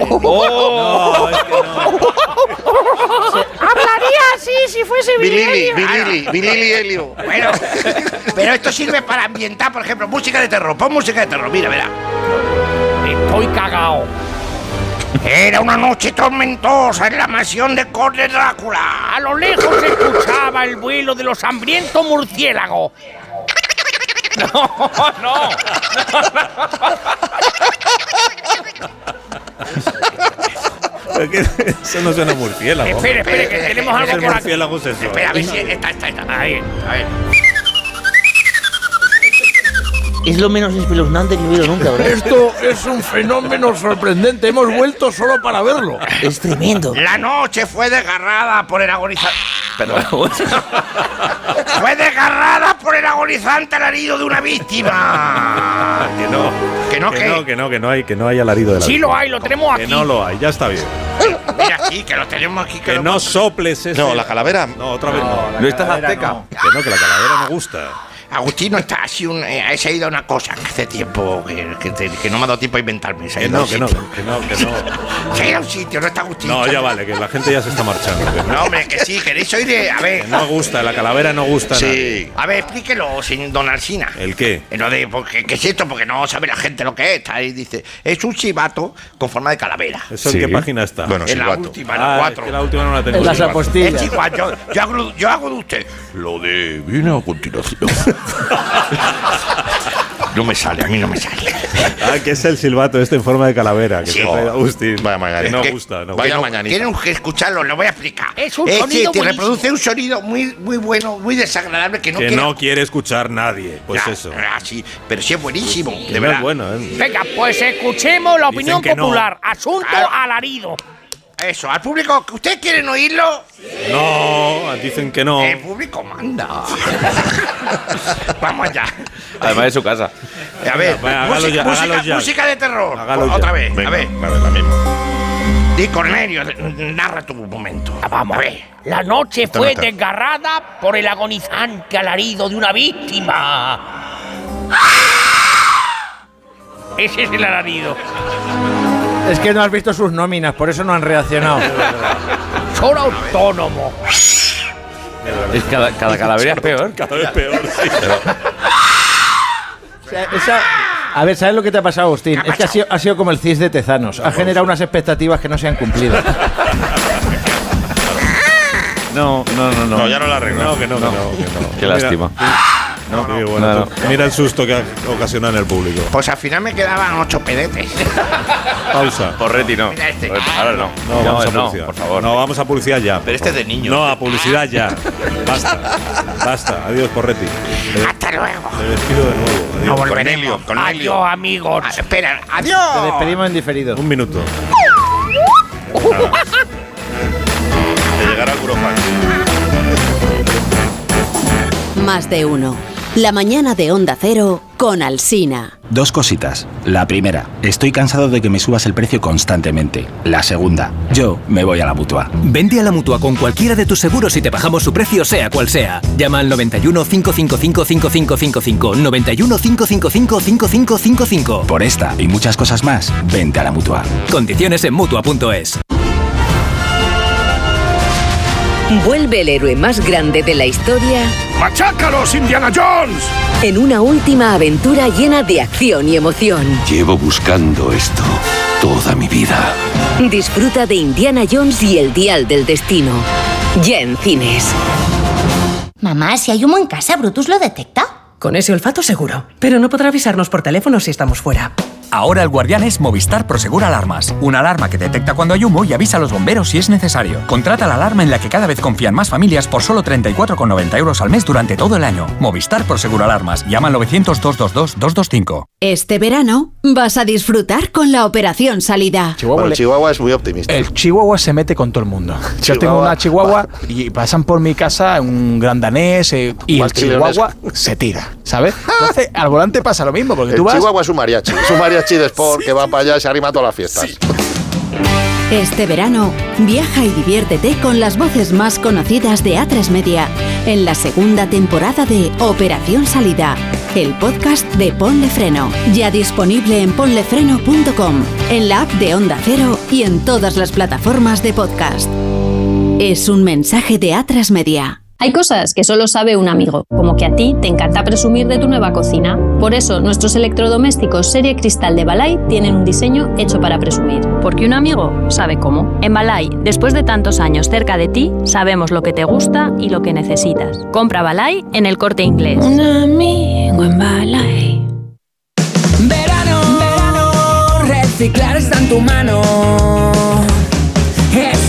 Speaker 4: Oh.
Speaker 15: Hablaría así si fuese
Speaker 16: Bilili,
Speaker 10: Ah,
Speaker 16: Bilili, Bilili Helio.
Speaker 3: Ah, Bueno, pero esto sirve para ambientar, por ejemplo, música de terror. Pon música de terror, mira, mira.
Speaker 15: Estoy cagao.
Speaker 3: Era una noche tormentosa en la mansión de Conde Drácula.
Speaker 15: A lo lejos se escuchaba el vuelo de los hambrientos murciélagos. No, no.
Speaker 2: Pero que Eso no suena a murciélago.
Speaker 15: Espere, espere, que tenemos
Speaker 2: No
Speaker 15: algo
Speaker 2: sé
Speaker 15: por aquí.
Speaker 2: murciélago es eso. ¿eh?
Speaker 3: Espera, a ver si está, está, está.
Speaker 15: Ahí,
Speaker 3: a ver.
Speaker 10: Es lo menos espeluznante que he oído nunca, ¿verdad?
Speaker 12: Esto es un fenómeno sorprendente. Hemos vuelto solo para verlo.
Speaker 10: Es tremendo.
Speaker 3: La noche fue desgarrada por el agonizante.
Speaker 6: Perdón.
Speaker 3: fue desgarrada por el agonizante alarido de una víctima.
Speaker 2: Que no.
Speaker 3: Que no,
Speaker 2: que
Speaker 3: que-
Speaker 2: no, que no, que no hay, que no hay alarido de la
Speaker 15: Sí
Speaker 2: vida.
Speaker 15: lo hay, lo tenemos
Speaker 2: Que
Speaker 15: aquí.
Speaker 2: no lo hay, ya está bien.
Speaker 3: Mira aquí, que lo tenemos aquí.
Speaker 2: Que no soples eso.
Speaker 16: No, la calavera.
Speaker 2: No, otra vez no.
Speaker 6: No estás azteca.
Speaker 2: Que no, que la calavera me gusta.
Speaker 3: Agustín no está así, un, eh, se ha ido una cosa que hace tiempo que, que te- que no me ha dado tiempo a inventarme. Se ha
Speaker 2: Que
Speaker 3: ido a
Speaker 2: no,
Speaker 3: un
Speaker 2: que no,
Speaker 3: sitio.
Speaker 2: que no, que no.
Speaker 3: Se ha ido a un sitio, no está Agustín.
Speaker 2: No, ya vale, que la gente ya se está marchando. Que no,
Speaker 3: No, hombre, que sí, queréis oír. eh, A ver,
Speaker 2: que no gusta, la calavera no gusta. a nadie.
Speaker 16: Sí.
Speaker 3: a ver, explíquelo, sin don Alsina.
Speaker 2: ¿El qué?
Speaker 3: Eh, Lo de, porque, ¿qué es esto? Porque no sabe la gente lo que es. Está ahí, dice, es un chivato con forma de calavera.
Speaker 2: ¿Eso en qué página está?
Speaker 16: Bueno,
Speaker 3: en la
Speaker 16: silbato.
Speaker 3: última, en la
Speaker 2: Ah, es
Speaker 3: cuatro.
Speaker 2: que la última no la tengo.
Speaker 4: Las
Speaker 2: yo.
Speaker 4: apostillas.
Speaker 3: Es igual, yo, yo, hago, yo hago de usted.
Speaker 6: Lo de viene a continuación.
Speaker 3: No me sale, a mí no me sale.
Speaker 2: Ah, que es el silbato este en forma de calavera. Que
Speaker 3: Sí.
Speaker 2: se ha traído Agustín.
Speaker 16: Vaya mañana.
Speaker 2: Que no
Speaker 3: Que-
Speaker 2: gusta, no
Speaker 16: Vaya
Speaker 2: gusta.
Speaker 16: mañanita.
Speaker 3: Tienen que escucharlo, lo voy a explicar.
Speaker 15: Es un
Speaker 3: que
Speaker 15: sonido
Speaker 3: te
Speaker 15: buenísimo.
Speaker 3: reproduce un sonido muy, muy bueno, muy desagradable que no
Speaker 2: Que
Speaker 3: quiere-
Speaker 2: no quiere escuchar nadie. Pues
Speaker 3: Ah,
Speaker 2: eso.
Speaker 3: ah, sí, pero sí es buenísimo,
Speaker 2: Que
Speaker 3: de
Speaker 2: no
Speaker 3: verdad.
Speaker 2: es bueno, ¿eh?
Speaker 15: Venga, pues escuchemos la
Speaker 2: Dicen
Speaker 15: opinión
Speaker 2: que no.
Speaker 15: popular. Asunto
Speaker 3: Claro.
Speaker 15: alarido.
Speaker 3: Eso, al público, que ustedes quieren oírlo,
Speaker 2: No, dicen que no.
Speaker 3: el público manda. Vamos allá.
Speaker 18: Además de su casa.
Speaker 3: A ver,
Speaker 2: va, hágalo
Speaker 3: música,
Speaker 2: ya,
Speaker 3: música-
Speaker 2: hágalo ya.
Speaker 3: música de terror.
Speaker 2: Hágalo
Speaker 3: Otra
Speaker 2: ya.
Speaker 3: vez,
Speaker 16: Venga,
Speaker 3: a ver.
Speaker 16: vale, la misma.
Speaker 3: Di Cornelio, narra tu momento.
Speaker 15: Ah, Vamos.
Speaker 3: A ver.
Speaker 15: La noche
Speaker 16: Esta
Speaker 15: fue
Speaker 16: nota.
Speaker 15: desgarrada por el
Speaker 3: ¡Ah!
Speaker 15: agonizante alarido de una víctima.
Speaker 19: Ese es el alarido.
Speaker 20: Es que no has visto sus nóminas, por eso no han reaccionado.
Speaker 19: Son autónomo.
Speaker 5: Es cada, cada calavera es peor. Cada vez peor, sí.
Speaker 20: O sea, esa- a ver, ¿sabes lo que te ha pasado, Agustín? Es que ha sido, ha sido como el CIS de Tezanos. Ha generado unas expectativas que no se han cumplido. No, no, no, no.
Speaker 2: No, ya no la arreglo.
Speaker 20: No, que no, que no.
Speaker 5: Qué lástima.
Speaker 2: No, qué bueno,
Speaker 5: No,
Speaker 2: tú. Mira el susto que ha ocasionado en el público.
Speaker 21: Pues al final me quedaban ocho pedetes.
Speaker 2: Pausa.
Speaker 5: Porretti no.
Speaker 21: Mira este.
Speaker 5: Porretti, Ahora no.
Speaker 2: No, vamos a
Speaker 5: no,
Speaker 2: publicidad.
Speaker 5: por favor.
Speaker 2: No, vamos a publicidad ya.
Speaker 9: Pero este es de
Speaker 2: niño. No, a publicidad ya. Basta. Basta. Adiós, Porretti.
Speaker 21: Hasta luego.
Speaker 2: Te despido de nuevo. Adiós.
Speaker 21: No volveremos. Adiós, amigos. Ah, espera, adiós.
Speaker 20: Te despedimos en diferido.
Speaker 2: Un minuto.
Speaker 9: De llegar al Burofax.
Speaker 22: Más de uno. La mañana de Onda Cero con Alsina.
Speaker 14: Dos cositas. La primera, estoy cansado de que me subas el precio constantemente. La segunda, yo me voy a la mutua.
Speaker 23: Vente a la mutua con cualquiera de tus seguros y te bajamos su precio, sea cual sea. Llama al 91 555 5555. 91 555 5555.
Speaker 14: Por esta y muchas cosas más, vente a la mutua.
Speaker 23: Condiciones en mutua.es.
Speaker 24: Vuelve el héroe más grande de la historia
Speaker 25: ¡Machácalos, Indiana Jones!
Speaker 24: en una última aventura llena de acción y emoción.
Speaker 26: Llevo buscando esto toda mi vida.
Speaker 24: Disfruta de Indiana Jones y el Dial del Destino. Ya en cines.
Speaker 27: Mamá, si hay humo en casa, Brutus lo detecta.
Speaker 28: Con ese olfato seguro, pero no podrá avisarnos por teléfono si estamos fuera.
Speaker 29: Ahora el guardián es Movistar Prosegur Alarmas, una alarma que detecta cuando hay humo y avisa a los bomberos si es necesario. Contrata la alarma en la que cada vez confían más familias por solo 34,90 euros al mes durante todo el año. Movistar Prosegur Alarmas. Llama al 900-222-225.
Speaker 22: Este verano vas a disfrutar con la operación salida.
Speaker 7: Chihuahua,
Speaker 6: Bueno, Chihuahua es muy optimista.
Speaker 7: El Chihuahua se mete con todo el mundo. Yo
Speaker 6: Chihuahua.
Speaker 7: tengo una Chihuahua y pasan por mi casa un gran danés eh, y el
Speaker 6: Mastillones.
Speaker 7: Chihuahua se tira, ¿sabes? Entonces al volante pasa lo mismo porque
Speaker 6: El
Speaker 7: tú vas.
Speaker 6: Chihuahua es un mariachi. Es un mariachi de sport que va para allá y se arrima a todas las fiestas.
Speaker 22: Este verano viaja y diviértete con las voces más conocidas de A3 Media en la segunda temporada de Operación Salida, el podcast de Ponle Freno, ya disponible en ponlefreno.com, en la app de Onda Cero y en todas las plataformas de podcast. Es un mensaje de A3 Media.
Speaker 30: Hay cosas que solo sabe un amigo, como que a ti te encanta presumir de tu nueva cocina. Por eso, nuestros electrodomésticos serie cristal de Balay tienen un diseño hecho para presumir, porque un amigo sabe cómo. En Balay, después de tantos años cerca de ti, sabemos lo que te gusta y lo que necesitas. Compra Balay en el corte inglés.
Speaker 31: Un amigo en Balay.
Speaker 3: Verano, verano, reciclar está en tu mano. Es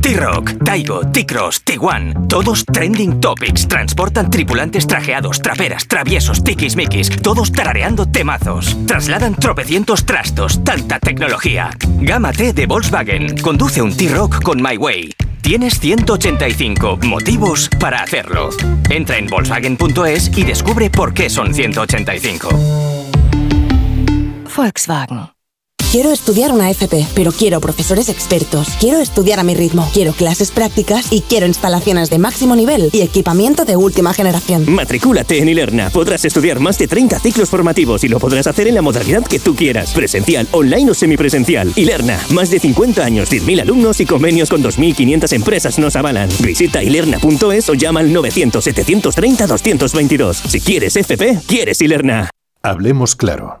Speaker 29: T-Rock, Taigo, T-Cross, T1, todos trending topics. Transportan tripulantes trajeados, traperas, traviesos, tiquismiquis, todos tarareando temazos. Trasladan tropecientos trastos, tanta tecnología. Gama T de Volkswagen, conduce un T-Rock con My Way. Tienes 185 motivos para hacerlo. Entra en Volkswagen.es y descubre por qué son 185.
Speaker 32: Volkswagen. Quiero estudiar una FP, pero quiero profesores expertos. Quiero estudiar a mi ritmo. Quiero clases prácticas y quiero instalaciones de máximo nivel y equipamiento de última generación.
Speaker 33: Matricúlate en Ilerna. Podrás estudiar más de 30 ciclos formativos y lo podrás hacer en la modalidad que tú quieras, presencial, online o semipresencial. Ilerna, más de 50 años, 10.000 alumnos y convenios con 2.500 empresas nos avalan. Visita ilerna.es o llama al 900-730-222. Si quieres FP, quieres Ilerna.
Speaker 4: Hablemos claro.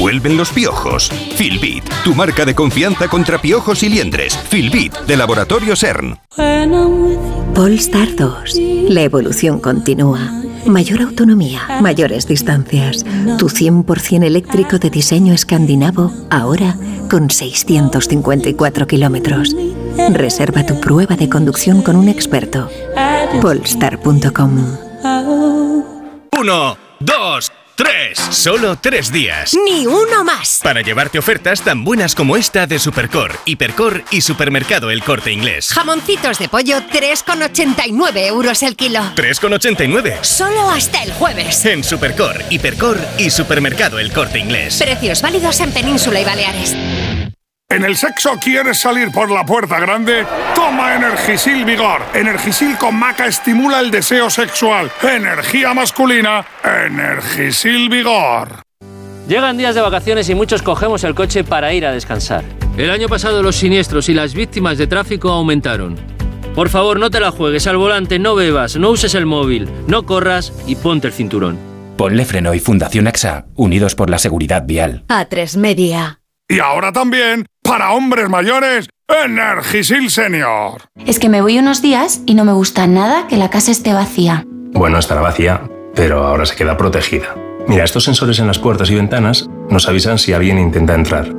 Speaker 14: Vuelven los piojos. Filbit, tu marca de confianza contra piojos y liendres. Filbit, de Laboratorio CERN.
Speaker 11: Polestar 2. La evolución continúa. Mayor autonomía, mayores distancias. Tu 100% eléctrico de diseño escandinavo, ahora con 654 kilómetros. Reserva tu prueba de conducción con un experto. Polestar.com
Speaker 3: 1, 2, 3. Solo 3 días.
Speaker 8: Ni uno más.
Speaker 3: Para llevarte ofertas tan buenas como esta de Supercor, Hipercor y Supermercado El Corte Inglés.
Speaker 8: Jamoncitos de pollo, 3,89 euros el kilo.
Speaker 3: 3,89.
Speaker 8: Solo hasta el jueves.
Speaker 3: En Supercor, Hipercor y Supermercado El Corte Inglés.
Speaker 8: Precios válidos en Península y Baleares.
Speaker 13: ¿En el sexo quieres salir por la puerta grande? Toma Energisil Vigor. Energisil con maca estimula el deseo sexual. Energía masculina. Energisil Vigor.
Speaker 10: Llegan días de vacaciones y muchos cogemos el coche para ir a descansar. El año pasado los siniestros y las víctimas de tráfico aumentaron. Por favor, no te la juegues al volante, no bebas, no uses el móvil, no corras y ponte el cinturón.
Speaker 9: Ponle freno y Fundación AXA, unidos por la seguridad vial.
Speaker 22: A3 Media.
Speaker 13: Y ahora también, para hombres mayores, Energisil Senior.
Speaker 15: Es que me voy unos días y no me gusta nada que la casa esté vacía.
Speaker 18: Bueno, estará vacía, pero ahora se queda protegida. Mira, estos sensores en las puertas y ventanas nos avisan si alguien intenta entrar.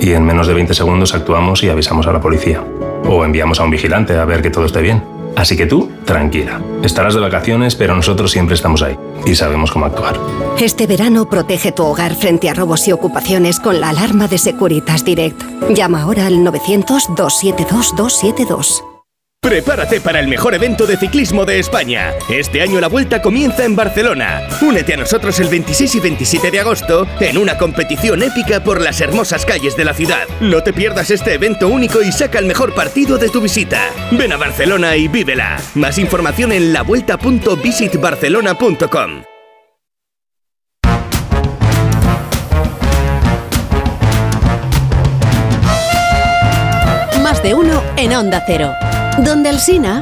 Speaker 18: Y en menos de 20 segundos actuamos y avisamos a la policía. O enviamos a un vigilante a ver que todo esté bien. Así que tú, tranquila. Estarás de vacaciones, pero nosotros siempre estamos ahí y sabemos cómo actuar.
Speaker 22: Este verano protege tu hogar frente a robos y ocupaciones con la alarma de Securitas Direct. Llama ahora al 900-272-272.
Speaker 3: Prepárate para el mejor evento de ciclismo de España. Este año la vuelta comienza en Barcelona. Únete a nosotros el 26 y 27 de agosto en una competición épica por las hermosas calles de la ciudad. No te pierdas este evento único y saca el mejor partido de tu visita. Ven a Barcelona y vívela. Más información en lavuelta.visitbarcelona.com.
Speaker 22: Más de uno en Onda Cero. Donde el Sina.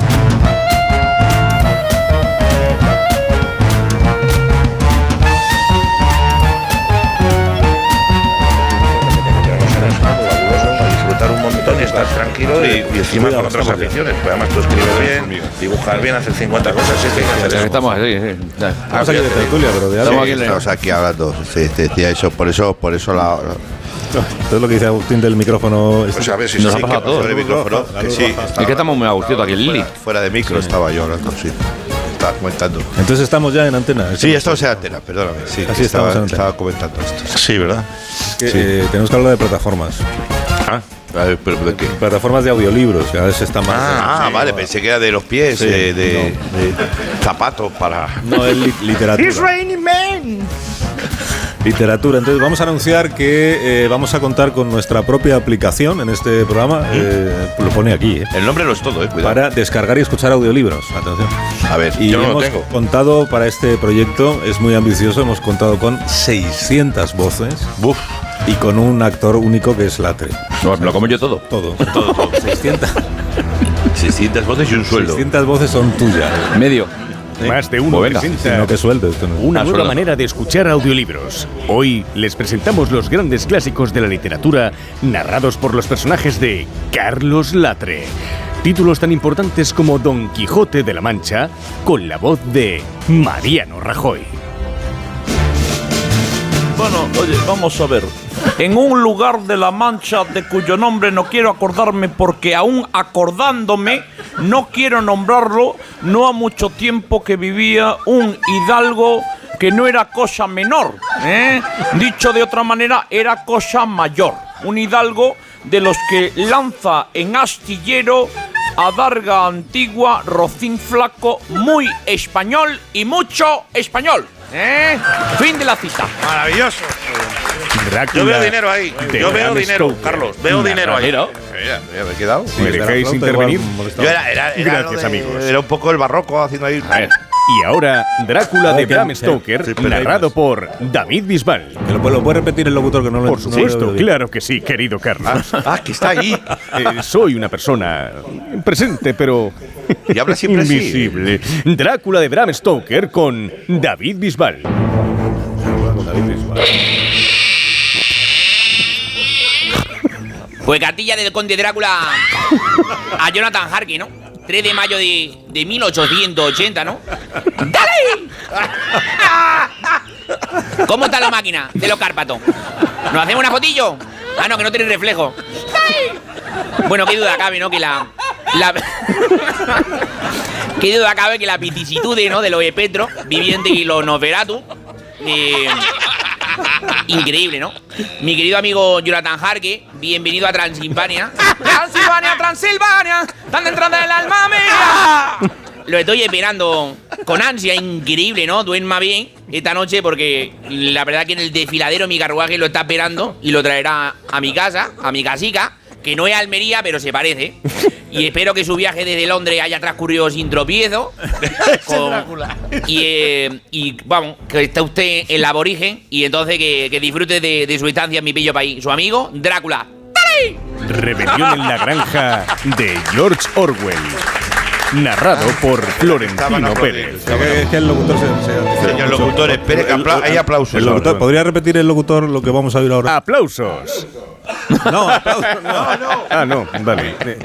Speaker 6: disfrutar un montón y estar tranquilo y, y encima con otras aficiones. Pues además tú escribes bien, dibujas bien, haces 50 cosas. Ah, Sí, sí, hacer
Speaker 4: Estamos así, sí.
Speaker 6: Estamos aquí de tertulia, pero de algo.
Speaker 4: Estamos aquí en la-
Speaker 2: Estamos aquí hablando, sí,
Speaker 6: este,
Speaker 2: sí, sí, eso, por eso, por eso la... Todo lo que dice Agustín del micrófono...
Speaker 6: Pues a ver si
Speaker 2: Este
Speaker 6: sí,
Speaker 2: Nos
Speaker 6: que
Speaker 2: ha pasado a todos.
Speaker 6: por el micrófono, que sí, estaba-
Speaker 4: Es que estamos muy agustitos aquí, Lili.
Speaker 6: Fuera, fuera de micro estaba yo hablando, sí. Estaba comentando.
Speaker 2: Entonces estamos ya en antena. ¿eh?
Speaker 6: Sí, estamos en antena, perdóname. Sí,
Speaker 2: Así
Speaker 6: que
Speaker 2: estamos
Speaker 6: estaba,
Speaker 2: en antena.
Speaker 6: estaba comentando esto. Sí, ¿verdad?
Speaker 2: Que,
Speaker 6: Sí.
Speaker 2: eh, tenemos que hablar de plataformas.
Speaker 6: Ah, a ver, pero ¿de qué?
Speaker 2: Plataformas de audiolibros, que a veces está más...
Speaker 6: Ah, ah, vale, pensé que era de los pies,
Speaker 2: Sí,
Speaker 6: eh, de, de zapatos para.
Speaker 2: No, es li- literatura. It's
Speaker 6: raining men.
Speaker 2: Literatura. Entonces vamos a anunciar que eh, vamos a contar con nuestra propia aplicación en este programa.
Speaker 6: ¿Mm?
Speaker 2: eh, lo pone aquí, eh,
Speaker 4: El nombre lo es todo, eh, cuidado.
Speaker 2: Para descargar y escuchar audiolibros. Atención.
Speaker 4: A ver,
Speaker 2: Y
Speaker 4: yo no lo
Speaker 2: hemos
Speaker 4: tengo.
Speaker 2: contado para este proyecto, es muy ambicioso, hemos contado con 600 voces y con un actor único que es Latre.
Speaker 4: No, me lo como yo todo.
Speaker 2: Todo.
Speaker 4: Todo, todo.
Speaker 2: 600.
Speaker 4: 600 voces y un sueldo.
Speaker 2: 600 voces son tuyas.
Speaker 4: Medio.
Speaker 7: Más de uno
Speaker 2: Pues venga,
Speaker 7: presenta
Speaker 2: si no, qué sueldo esto no.
Speaker 7: una
Speaker 2: Ah,
Speaker 7: nueva
Speaker 2: sueldo.
Speaker 7: manera de escuchar audiolibros. Hoy les presentamos los grandes clásicos de la literatura narrados por los personajes de Carlos Latre. Títulos tan importantes como Don Quijote de la Mancha con la voz de Mariano Rajoy.
Speaker 18: Bueno, oye, vamos a ver. En un lugar de la Mancha de cuyo nombre no quiero acordarme porque aún acordándome no quiero nombrarlo, no ha mucho tiempo que vivía un hidalgo que no era cosa menor. ¿eh? Dicho de otra manera, era cosa mayor. Un hidalgo de los que lanza en astillero adarga antigua, rocín flaco, muy español y mucho español. ¿eh? Fin de la cita.
Speaker 6: Maravilloso.
Speaker 7: Drácula
Speaker 6: Yo veo dinero ahí.
Speaker 7: de
Speaker 6: Yo veo
Speaker 7: Bram
Speaker 6: dinero,
Speaker 7: Stoker.
Speaker 6: Carlos. Veo dinero ahí.
Speaker 7: Dinero.
Speaker 6: Mira, mira, me he quedado.
Speaker 7: ¿Me dejáis intervenir?
Speaker 6: Yo era, era, era lo
Speaker 7: Gracias,
Speaker 6: de-
Speaker 7: amigos.
Speaker 6: Era un poco el barroco haciendo ahí.
Speaker 7: A ver, Y ahora, Drácula
Speaker 2: Oh,
Speaker 7: de
Speaker 6: Ah, que-
Speaker 7: Bram
Speaker 6: sí,
Speaker 7: Stoker,
Speaker 6: sí, pero-
Speaker 7: narrado por David Bisbal.
Speaker 2: Lo, puede- lo puede repetir el locutor que no lo
Speaker 7: Por supuesto, claro que sí, querido Carlos.
Speaker 6: Ah, que está ahí.
Speaker 7: Eh, soy una persona presente, pero
Speaker 6: Y habla siempre así.
Speaker 7: invisible. Drácula de Bram Stoker con David Bisbal.
Speaker 15: Pues cartilla del conde Drácula a Jonathan Harky, ¿no? 3 de mayo de, de 1880, ¿no?
Speaker 3: ¡Ah!
Speaker 15: ¡Dale! ¿Cómo está la máquina de los Cárpatos? ¿Nos hacemos una fotillo? Ah, no, que no tiene reflejo. Bueno, qué duda cabe, ¿no? Que la... la qué duda cabe que la piticitud ¿no? de los espectros, vivientes y los noferatu... eh, Increíble, ¿no? Mi querido amigo Jonathan Harke, bienvenido a Transilvania.
Speaker 3: Transilvania, Transilvania, tan dentro del alma mía.
Speaker 15: Lo estoy esperando con ansia, increíble, ¿no? Duerma bien esta noche porque la verdad que en el desfiladero mi carruaje lo está esperando y lo traerá a mi casa, a mi casica, que no es Almería, pero se parece. Y espero que su viaje desde Londres haya transcurrido sin tropiezo. con- y, eh, y, vamos, que está usted en la aborigen y entonces que, que disfrute de, de su estancia en mi bello país. Su amigo, Drácula.
Speaker 7: Rebelión en la granja de George Orwell. Narrado por Florentino Pérez.
Speaker 2: Es que el locutor se.
Speaker 5: Señor locutor, espere que apla- hay aplausos.
Speaker 2: El locutor-
Speaker 5: ahora.
Speaker 2: ¿Podría repetir el locutor lo que vamos a oír ahora?
Speaker 7: ¡Aplausos!
Speaker 2: No, aplausos,
Speaker 7: no. Ah, no, vale.
Speaker 5: que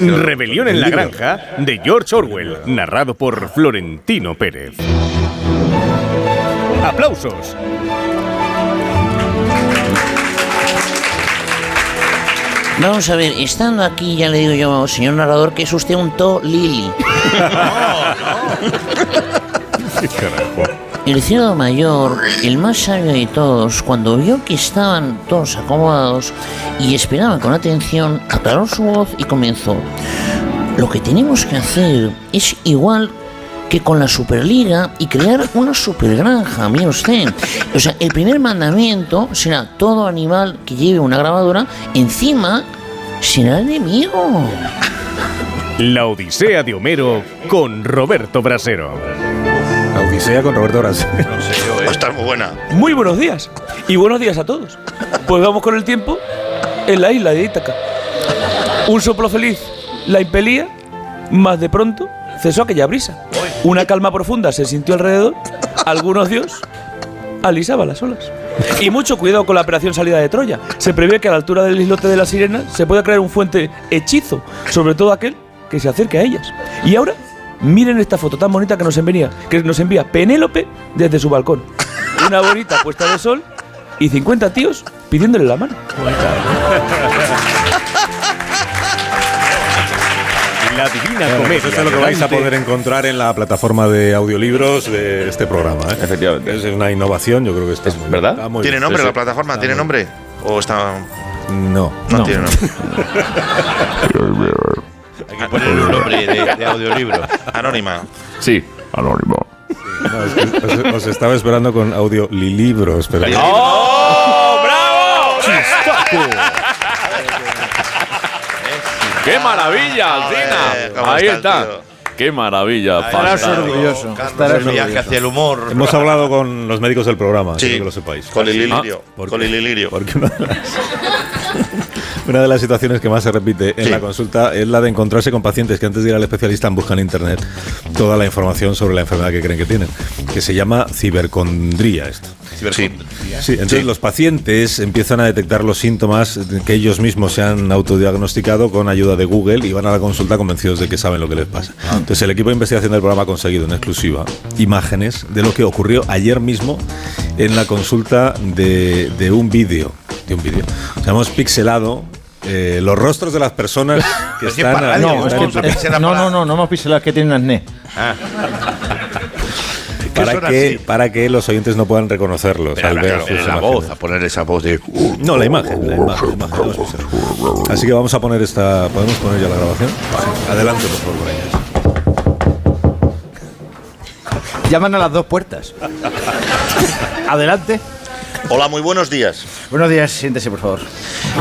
Speaker 5: lo-
Speaker 7: Rebelión en la
Speaker 5: libro.
Speaker 7: granja de George Orwell, narrado por Florentino Pérez. ¡Aplausos!
Speaker 10: Vamos a ver, estando aquí, ya le digo yo, señor narrador, que es usted un to lili. El ciudad mayor, el más sabio de todos, cuando vio que estaban todos acomodados y esperaban con atención, aclaró su voz y comenzó. Lo que tenemos que hacer es igual que con la Superliga y crear una supergranja, mire usted. O sea, el primer mandamiento será todo animal que lleve una grabadora encima será enemigo.
Speaker 7: La Odisea de Homero con Roberto Brasero. La Odisea con Roberto Brasero.
Speaker 6: eh.
Speaker 5: Va a estar muy buena.
Speaker 18: Muy buenos días y buenos días a todos. Pues vamos con el tiempo en la isla de Ítaca. Un soplo feliz la impelía, más de pronto cesó aquella brisa. Una calma profunda se sintió alrededor, algunos dios alisaba las olas. Y mucho cuidado con la operación salida de Troya. Se prevé que a la altura del islote de la sirena se pueda crear un fuente hechizo, sobre todo aquel que se acerque a ellas. Y ahora, miren esta foto tan bonita que nos envía, que nos envía Penélope desde su balcón. Una bonita puesta de sol y 50 tíos pidiéndole la mano.
Speaker 7: La Divina
Speaker 2: Bueno, pues
Speaker 7: Comedia.
Speaker 2: esto es lo que
Speaker 7: de
Speaker 2: vais a
Speaker 7: Dante.
Speaker 2: poder encontrar en la plataforma de audiolibros de este programa. Efectivamente. Es una innovación, yo creo que está muy ¿Verdad?
Speaker 6: ¿Tiene nombre la plataforma? ¿Tiene nombre? ¿O está.?
Speaker 2: No.
Speaker 6: No, tiene nombre.
Speaker 5: Hay que ponerle un nombre de, de audiolibro.
Speaker 6: Anónima.
Speaker 2: Sí, anónimo. os, os estaba esperando con audiolibros, pero.
Speaker 18: ¡Oh, bravo!
Speaker 8: ¡Qué maravilla,
Speaker 5: Hombre, ¿cómo
Speaker 8: Alcina! Ahí
Speaker 5: está el
Speaker 8: está. ¡Qué maravilla!
Speaker 5: Estarás
Speaker 8: fantástico.
Speaker 5: orgulloso, Carlos, estarás el viaje orgulloso. hacia el humor.
Speaker 2: Hemos hablado con los médicos del programa, sí, que lo sepáis. Ah.
Speaker 6: Con el ilirio.
Speaker 2: Porque-
Speaker 6: Con el ilirio.
Speaker 2: Porque una de las, una de las situaciones que más se repite en la consulta es la de encontrarse con pacientes que antes de ir al especialista buscan en internet toda la información sobre la enfermedad que creen que tienen, que se llama cibercondría esto. Sí, entonces los pacientes empiezan a detectar los síntomas que ellos mismos se han autodiagnosticado con ayuda de Google y van a la consulta convencidos de que saben lo que les pasa.
Speaker 5: Ah.
Speaker 2: Entonces el equipo de investigación del programa ha conseguido en exclusiva imágenes de lo que ocurrió ayer mismo en la consulta de, de un vídeo. De un vídeo. O sea, hemos pixelado eh, los rostros de las personas que
Speaker 5: Pero si
Speaker 2: están...
Speaker 5: para-
Speaker 2: que
Speaker 4: No, es
Speaker 2: están en-
Speaker 4: que- eh, no, no, no, no hemos piselado, es que tiene un acné.
Speaker 2: para,
Speaker 5: son
Speaker 2: que, para que los oyentes no puedan reconocerlos.
Speaker 5: Pero
Speaker 2: al
Speaker 5: habrá
Speaker 2: ver
Speaker 5: que poner
Speaker 2: sus
Speaker 5: la
Speaker 2: imágenes.
Speaker 5: voz, a poner esa voz de. uh,
Speaker 2: No, la imagen, la imagen, la imagen, vamos a hacer. Así que vamos a poner esta. ¿Podemos poner ya la grabación? Adelante, por favor, con ellas.
Speaker 4: Llaman a las dos puertas. Adelante.
Speaker 6: Hola, muy buenos días.
Speaker 4: Buenos días, siéntese, por favor.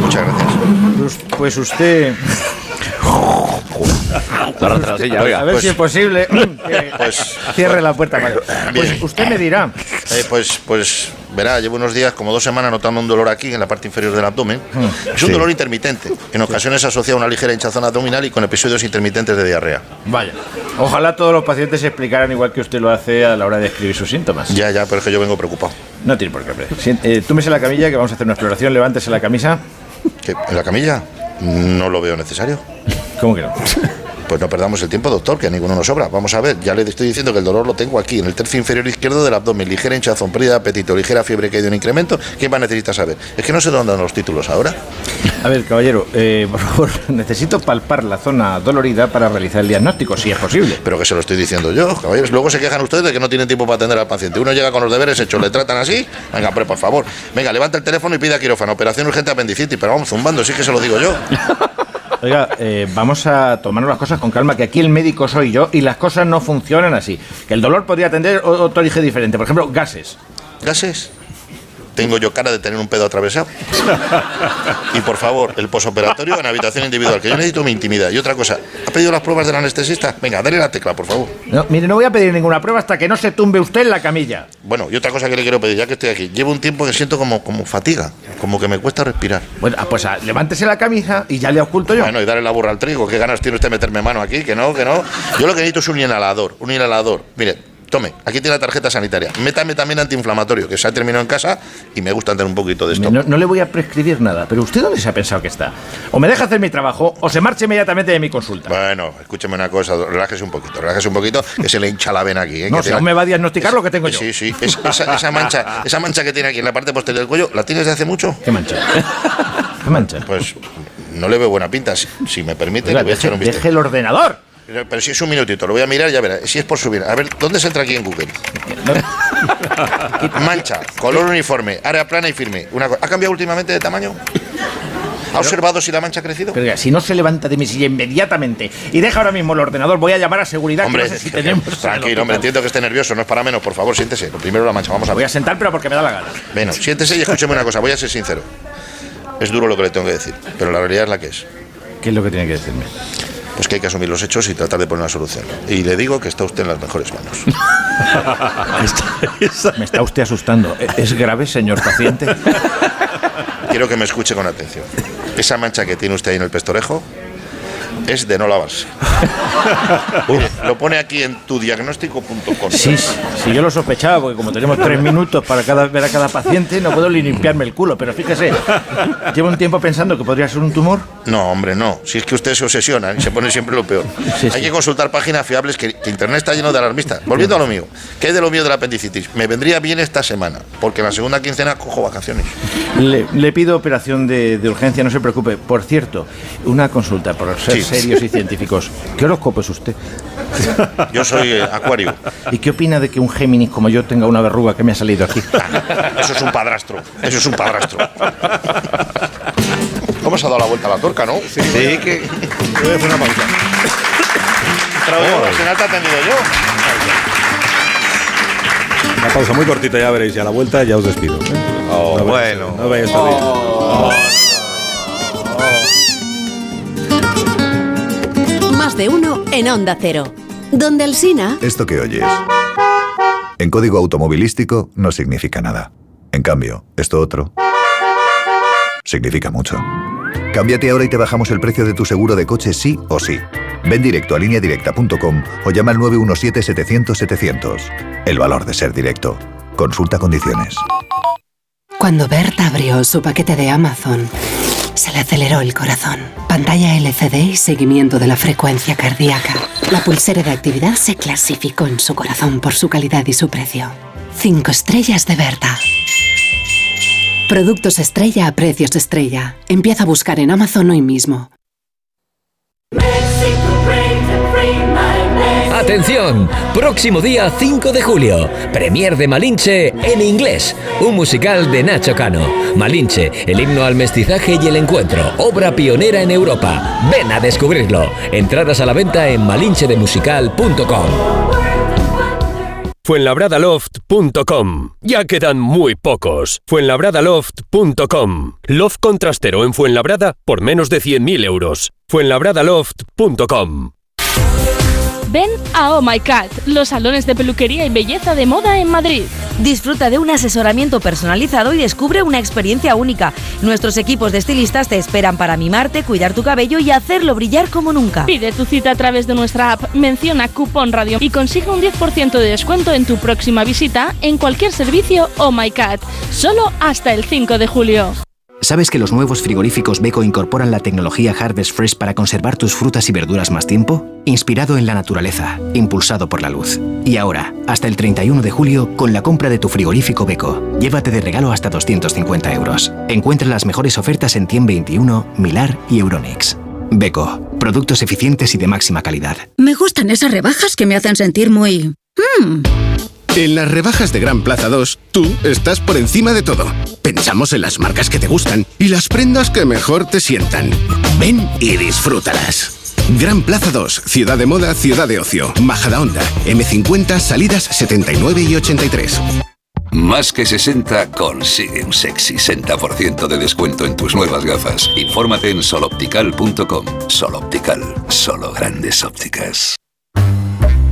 Speaker 6: Muchas gracias.
Speaker 4: Pues, pues usted.
Speaker 8: Ahora tras ella, oiga.
Speaker 4: A ver
Speaker 6: Pues-
Speaker 4: si es posible. que
Speaker 6: Pues.
Speaker 4: Cierre la puerta, Mario. Pues usted me dirá.
Speaker 6: Eh, pues, pues, verá, llevo unos días, como dos semanas, notando un dolor aquí en la parte inferior del abdomen. Es un
Speaker 5: Sí.
Speaker 6: dolor intermitente. En ocasiones asociado a una ligera hinchazón abdominal y con episodios intermitentes de diarrea.
Speaker 4: Vaya. Ojalá todos los pacientes se explicaran igual que usted lo hace a la hora de describir sus síntomas.
Speaker 6: Ya, ya, pero es que yo vengo preocupado.
Speaker 4: No tiene por qué. hombre. Sien- eh, túmese la camilla que vamos a hacer una exploración. Levántese la camisa.
Speaker 6: ¿Qué? ¿En la camilla? No lo veo necesario.
Speaker 4: ¿Cómo que no?
Speaker 6: Pues no perdamos el tiempo, doctor, que a ninguno nos sobra. Vamos a ver, ya le estoy diciendo que el dolor lo tengo aquí, en el tercio inferior izquierdo del abdomen. Ligera hinchazón, pérdida de apetito, ligera fiebre que hay de un incremento. ¿Qué más necesita saber? Es que no sé dónde andan los títulos ahora.
Speaker 4: A ver, caballero, eh, por favor, necesito palpar la zona dolorida para realizar el diagnóstico, si es posible.
Speaker 6: Pero que se lo estoy diciendo yo, caballeros. Luego se quejan ustedes de que no tienen tiempo para atender al paciente. Uno llega con los deberes hechos, le tratan así. Venga, pero por favor. Venga, levanta el teléfono y pida quirófano. Operación urgente apendicitis. Pero vamos zumbando, sí que se lo digo yo.
Speaker 4: Oiga, eh, vamos a tomarnos las cosas con calma, que aquí el médico soy yo y las cosas no funcionan así. Que el dolor podría tener o- otro origen diferente, por ejemplo, gases.
Speaker 6: ¿Gases? Tengo yo cara de tener un pedo atravesado. Y por favor, el posoperatorio en habitación individual, que yo necesito mi intimidad. Y otra cosa, ¿ha pedido las pruebas del anestesista? Venga, dale la tecla, por favor.
Speaker 4: No, mire, no voy a pedir ninguna prueba hasta que no se tumbe usted en la camilla.
Speaker 6: Bueno, y otra cosa que le quiero pedir, ya que estoy aquí. Llevo un tiempo que siento como, como fatiga, como que me cuesta respirar.
Speaker 4: Bueno, pues levántese la camisa y ya le oculto yo.
Speaker 6: Bueno, y darle la burra al trigo. ¿Qué ganas tiene usted de meterme mano aquí? Que no, que no. Yo lo que necesito es un inhalador, un inhalador. Mire, tome, aquí tiene la tarjeta sanitaria. Métame también antiinflamatorio, que se ha terminado en casa y me gusta tener un poquito de esto.
Speaker 4: No, no le voy a prescribir nada, pero ¿usted dónde se ha pensado que está? O me deja hacer mi trabajo o se marcha inmediatamente de mi consulta.
Speaker 6: Bueno, escúcheme una cosa, relájese un poquito, relájese un poquito, que se le hincha la vena aquí. ¿eh?
Speaker 4: No,
Speaker 6: que
Speaker 4: si
Speaker 6: tiene-
Speaker 4: aún me va a diagnosticar
Speaker 6: es-
Speaker 4: lo que tengo yo.
Speaker 6: Sí, sí, es- esa, esa mancha, esa mancha que tiene aquí en la parte posterior del cuello, ¿la tienes de hace mucho?
Speaker 4: ¿Qué mancha? ¿Qué mancha?
Speaker 6: Pues no le veo buena pinta, si, si me permite,
Speaker 4: Oiga,
Speaker 6: le voy a
Speaker 4: deje-
Speaker 6: echar un vistazo.
Speaker 4: deje el ordenador.
Speaker 6: Pero, pero si es un minutito, lo voy a mirar y ya verá. Si es por subir. A ver, ¿dónde se entra aquí en Google? Mancha, color uniforme, área plana y firme. Una co- ¿Ha cambiado últimamente de tamaño? ¿Ha observado si la mancha ha crecido?
Speaker 4: Pero oiga, si no se levanta de mi silla inmediatamente y deja ahora mismo el ordenador, voy a llamar a seguridad. que
Speaker 6: Hombre,
Speaker 4: no sé si tenemos
Speaker 6: tranquilo, hombre, entiendo que esté nervioso, no es para menos, por favor, siéntese. Lo primero la mancha, vamos a
Speaker 4: Voy a sentar, pero porque me da la gana.
Speaker 6: Bueno, siéntese y escúcheme una cosa, voy a ser sincero. Es duro lo que le tengo que decir, pero la realidad es la que es.
Speaker 4: ¿Qué es lo que tiene que decirme?
Speaker 6: Pues que hay que asumir los hechos y tratar de poner una solución. Y le digo que está usted en las mejores manos.
Speaker 4: Me está usted asustando. eh. ¿Es grave, señor paciente?
Speaker 6: Quiero que me escuche con atención. Esa mancha que tiene usted ahí en el pestorejo es de no lavarse. Mire, lo pone aquí en tudiagnóstico.com.
Speaker 4: Sí, sí, sí, yo lo sospechaba, porque como tenemos tres minutos para cada, ver a cada paciente, no puedo ni limpiarme el culo. Pero fíjese, llevo un tiempo pensando que podría ser un tumor.
Speaker 6: No, hombre, no. Si es que usted se obsesiona y se pone siempre lo peor.
Speaker 4: Sí,
Speaker 6: Hay que consultar páginas fiables que, que Internet está lleno de alarmistas. Volviendo a lo mío. ¿Qué hay de lo mío de la apendicitis? Me vendría bien esta semana, porque en la segunda quincena cojo vacaciones.
Speaker 4: Le, le pido operación de, de urgencia, no se preocupe. Por cierto, una consulta, por ser
Speaker 6: Sí.
Speaker 4: serios y científicos. ¿Qué horóscopo es usted?
Speaker 6: Yo soy eh, acuario.
Speaker 4: ¿Y qué opina de que un Géminis como yo tenga una verruga que me ha salido aquí?
Speaker 6: Eso es un padrastro. Eso es un padrastro. ¿Cómo se ha dado la vuelta a la torca, no? Sí, que... Voy a hacer una pausa. Al final te ha atendido yo.
Speaker 2: Una pausa muy cortita, ya veréis. Y a la vuelta ya os despido. ¿eh?
Speaker 4: Oh,
Speaker 2: No vayáis-
Speaker 34: bueno.
Speaker 2: No vayáis a reír.
Speaker 35: Más de uno en Onda Cero. Donde Alsina.
Speaker 36: Esto que oyes en código automovilístico no significa nada. En cambio, esto otro significa mucho. Cámbiate ahora y te bajamos el precio de tu seguro de coche sí o sí. Ven directo a lineadirecta.com o llama al 917-700-700. El valor de ser directo. Consulta condiciones.
Speaker 31: Cuando Berta abrió su paquete de Amazon, se le aceleró el corazón. Pantalla LCD y seguimiento de la frecuencia cardíaca. La pulsera de actividad se clasificó en su corazón por su calidad y su precio. Cinco estrellas de Berta. Productos estrella a precios estrella. Empieza a buscar en Amazon hoy mismo.
Speaker 29: Atención, próximo día 5 de julio, premier de Malinche en inglés, un musical de Nacho Cano. Malinche, el himno al mestizaje y el encuentro, obra pionera en Europa. Ven a descubrirlo. Entradas a la venta en malinchedemusical.com.
Speaker 7: Fuenlabradaloft.com. Ya quedan muy pocos. Fuenlabradaloft.com. Loft contrastero en Fuenlabrada por menos de 100.000 euros. Fuenlabradaloft.com.
Speaker 37: Ven a Oh My Cat, los salones de peluquería y belleza de moda en Madrid.
Speaker 22: Disfruta de un asesoramiento personalizado y descubre una experiencia única. Nuestros equipos de estilistas te esperan para mimarte, cuidar tu cabello y hacerlo brillar como nunca.
Speaker 37: Pide tu cita a través de nuestra app, menciona cupón radio y consigue un 10% de descuento en tu próxima visita en cualquier servicio Oh My Cat, solo hasta el 5 de julio.
Speaker 14: ¿Sabes que los nuevos frigoríficos Beko incorporan la tecnología Harvest Fresh para conservar tus frutas y verduras más tiempo? Inspirado en la naturaleza, impulsado por la luz. Y ahora, hasta el 31 de julio, con la compra de tu frigorífico Beko, llévate de regalo hasta 250 euros. Encuentra las mejores ofertas en Tien21, Milar y Euronext. Beko, productos eficientes y de máxima calidad.
Speaker 38: Me gustan esas rebajas que me hacen sentir muy... mm.
Speaker 4: En las rebajas de Gran Plaza 2, tú estás por encima de todo. Pensamos en las marcas que te gustan y las prendas que mejor te sientan. Ven y disfrútalas. Gran Plaza 2, Ciudad de Moda, Ciudad de Ocio, Majada Onda, M50, salidas 79 y 83.
Speaker 26: Más que 60 consigue un sexy 60% de descuento en tus nuevas gafas. Infórmate en soloptical.com. Soloptical, solo grandes ópticas.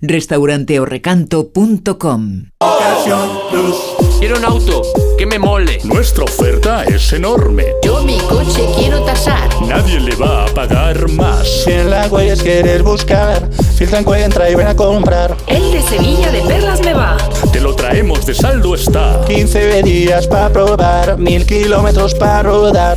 Speaker 39: Restauranteorrecanto.com.
Speaker 40: Quiero un auto que me mole.
Speaker 8: Nuestra oferta es enorme.
Speaker 31: Yo mi coche quiero tasar.
Speaker 8: Nadie le va a pagar más.
Speaker 36: Si en la huellas quieres buscar, filtra, encuentra y ven a comprar.
Speaker 31: El de Sevilla de Perlas me va.
Speaker 8: Te lo traemos de saldo está.
Speaker 36: 15 días para probar, mil kilómetros para rodar.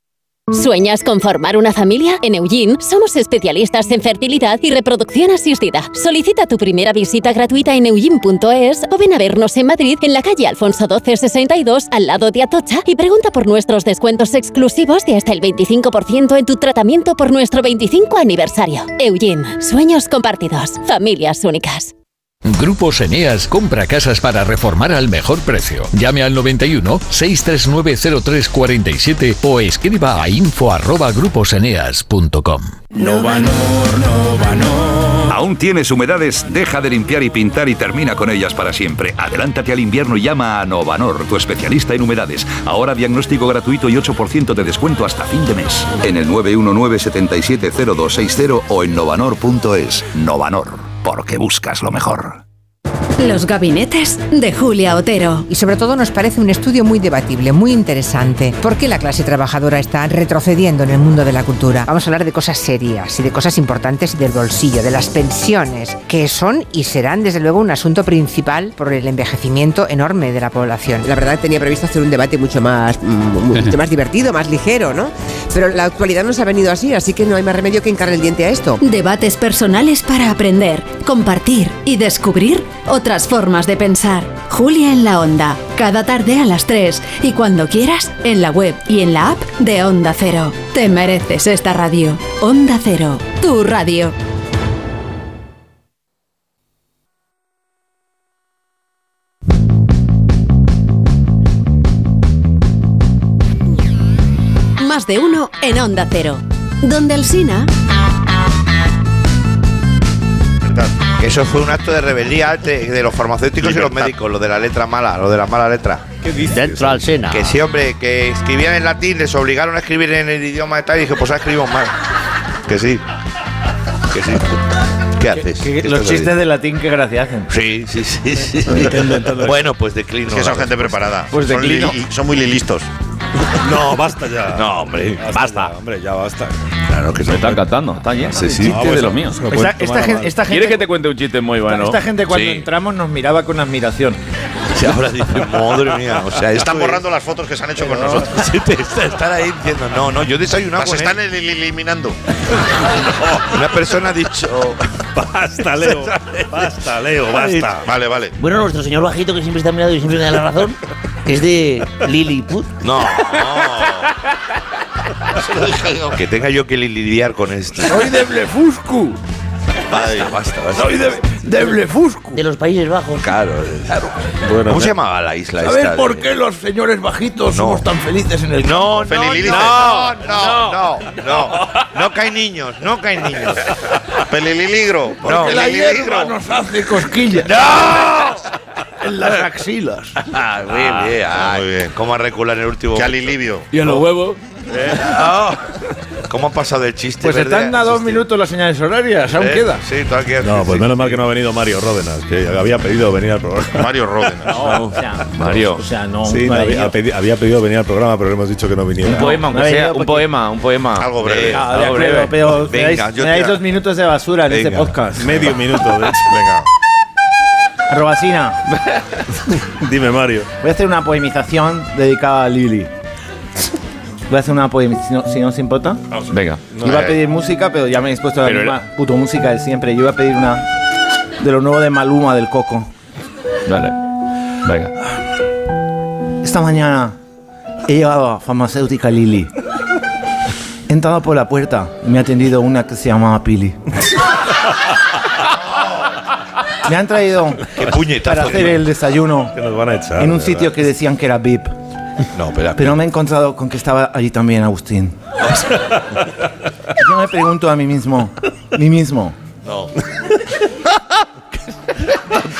Speaker 41: ¿Sueñas con formar una familia? En Eugene somos especialistas en fertilidad y reproducción asistida. Solicita tu primera visita gratuita en eugene.es o ven a vernos en Madrid en la calle Alfonso 1262 al lado de Atocha y pregunta por nuestros descuentos exclusivos de hasta el 25% en tu tratamiento por nuestro 25 aniversario. Eugene, sueños compartidos, familias únicas.
Speaker 42: Grupos Eneas compra casas para reformar al mejor precio. Llame al 91 639 0347 o escriba a info arroba gruposeneas.com.
Speaker 5: Novanor, Novanor.
Speaker 26: ¿Aún tienes humedades? Deja de limpiar y pintar y termina con ellas para siempre. Adelántate al invierno y llama a Novanor, tu especialista en humedades. Ahora diagnóstico gratuito y 8% de descuento hasta fin de mes. En el 919-770260 o en novanor.es. Novanor, porque buscas lo mejor.
Speaker 22: Los gabinetes de Julia Otero.
Speaker 43: Y sobre todo nos parece un estudio muy debatible, muy interesante. ¿Por qué la clase trabajadora está retrocediendo en el mundo de la cultura? Vamos a hablar de cosas serias y de cosas importantes y del bolsillo, de las pensiones, que son y serán desde luego un asunto principal por el envejecimiento enorme de la población.
Speaker 33: La verdad tenía previsto hacer un debate mucho más, mm, mucho más divertido, más ligero, ¿no? Pero la actualidad nos ha venido así, así que no hay más remedio que hincar el diente a esto.
Speaker 22: Debates personales para aprender, compartir y descubrir otras formas de pensar. Julia en la Onda, cada tarde a las 3 y cuando quieras en la web y en la app de Onda Cero. Te mereces esta radio. Onda Cero, tu radio. Más de uno en Onda Cero. Donde el Sina...
Speaker 3: Eso fue un acto de rebeldía de, de los farmacéuticos y los
Speaker 44: Libertad.
Speaker 3: médicos, lo de la letra mala, lo de la mala letra.
Speaker 44: ¿Qué dices? Dentro al Sena.
Speaker 3: Que sí, hombre, que escribían en latín, les obligaron a escribir en el idioma de tal y dije, pues ahora escribimos mal. Que sí. Que sí. ¿Qué haces? ¿Qué
Speaker 45: Los
Speaker 3: estás
Speaker 45: chistes de latín, qué gracia hacen.
Speaker 3: Sí, sí, sí. sí.
Speaker 45: Intentando-
Speaker 3: bueno, pues declino.
Speaker 46: Es que son
Speaker 3: la
Speaker 46: gente
Speaker 3: respuesta.
Speaker 46: preparada. Pues Son declino. li-
Speaker 3: son muy lilistos.
Speaker 2: No, basta ya.
Speaker 3: No, hombre,
Speaker 2: basta. hombre, ya basta.
Speaker 3: Claro que
Speaker 47: se están catando, está lleno.
Speaker 2: Sí,
Speaker 47: Sí,
Speaker 2: sí.
Speaker 47: sí.
Speaker 2: Ah,
Speaker 47: Chiste
Speaker 2: pues,
Speaker 47: de los míos.
Speaker 2: se lo pueden Esta- esta tomar a gen- mal. esta
Speaker 47: ¿Quieres
Speaker 2: gente-
Speaker 47: que te cuente un chiste muy bueno?
Speaker 45: Esta gente cuando
Speaker 47: Sí.
Speaker 45: entramos nos miraba con admiración.
Speaker 4: Y ahora dices, madre mía, o sea,
Speaker 6: están
Speaker 4: esto
Speaker 6: borrando las fotos que se han hecho con nosotros.
Speaker 4: es- Sí, te- está- Están ahí diciendo, no, no, yo desayunaba
Speaker 6: Las
Speaker 4: con él.
Speaker 6: están el- eliminando.
Speaker 4: Una persona ha dicho.
Speaker 2: Basta, Leo. Basta, Leo, basta.
Speaker 6: Vale, vale.
Speaker 12: Bueno, nuestro señor bajito, que siempre está mirado y siempre me da la razón, es de Lilliput.
Speaker 4: No, que tenga yo que li- lidiar con esto.
Speaker 12: Soy de Blefuscu.
Speaker 4: Basta, basta, basta.
Speaker 12: de Blefuscu. De los Países Bajos.
Speaker 4: Claro. ¿Cómo se llamaba la isla
Speaker 12: ¿Sabes
Speaker 4: esta?
Speaker 12: por
Speaker 4: de-
Speaker 12: qué los señores bajitos
Speaker 4: No.
Speaker 12: somos tan felices en el
Speaker 4: No,
Speaker 12: campo?
Speaker 4: no, no, no, no, no, no caen niños, no caen niños.
Speaker 6: Peliligro.
Speaker 12: Porque
Speaker 4: No.
Speaker 12: la hierba
Speaker 4: Peligro.
Speaker 12: nos hace cosquillas. En las axilas.
Speaker 4: Ah, muy bien, ah, muy bien. ¿Cómo ha reculado en el último
Speaker 6: Qué
Speaker 4: momento?
Speaker 6: alivio.
Speaker 12: Y en los huevos.
Speaker 4: Eh, ah, ¿Cómo ha pasado el chiste?
Speaker 5: Pues
Speaker 4: verde?
Speaker 5: están a dos minutos las señales horarias, aún
Speaker 4: Eh,
Speaker 5: queda.
Speaker 4: Sí, todavía queda.
Speaker 2: No, pues
Speaker 4: Sí.
Speaker 2: menos mal que no ha venido Mario Ródenas, que había pedido venir al programa.
Speaker 6: Mario Ródenas.
Speaker 2: No,
Speaker 48: Mario.
Speaker 5: O sea, no.
Speaker 2: Sí,
Speaker 5: no ha
Speaker 2: había,
Speaker 5: venido.
Speaker 2: pedi- había pedido venir al programa, pero le hemos dicho que no viniera.
Speaker 48: Un poema, aunque
Speaker 5: no,
Speaker 48: sea.
Speaker 5: yo
Speaker 48: Un
Speaker 5: porque-
Speaker 48: poema, un poema.
Speaker 6: Algo breve.
Speaker 5: Ah, de
Speaker 48: Algo
Speaker 5: acuerdo,
Speaker 48: breve.
Speaker 5: pero me
Speaker 4: Venga,
Speaker 5: dais,
Speaker 4: yo
Speaker 5: me
Speaker 4: te
Speaker 5: dais
Speaker 4: la-
Speaker 5: dos minutos de basura en este
Speaker 4: Venga.
Speaker 5: podcast.
Speaker 2: Medio minuto, de hecho.
Speaker 4: Venga.
Speaker 5: Arrobacina,
Speaker 2: Dime, Mario.
Speaker 5: voy a hacer una poemización dedicada a Lili. Voy a hacer una poemización, si no os importa.
Speaker 48: Venga.
Speaker 5: iba
Speaker 8: Eh,
Speaker 5: a pedir música, pero ya me he expuesto a la
Speaker 48: Pero
Speaker 5: misma puto música de siempre. Yo iba a pedir una de lo nuevo de Maluma, del Coco.
Speaker 48: Dale. Venga.
Speaker 5: Esta mañana he llegado a farmacéutica Lili. He entrado por la puerta y me ha atendido una que se llamaba Pili. Me han traído
Speaker 4: Qué puñetazo.
Speaker 5: para hacer
Speaker 4: tío.
Speaker 5: el desayuno
Speaker 2: Que nos van a echar.
Speaker 5: en un
Speaker 2: de
Speaker 5: sitio
Speaker 2: verdad.
Speaker 5: que decían que era VIP.
Speaker 4: No, espera.
Speaker 5: Pero me he encontrado con que estaba allí también Agustín. Yo me pregunto a mí mismo, mí mismo,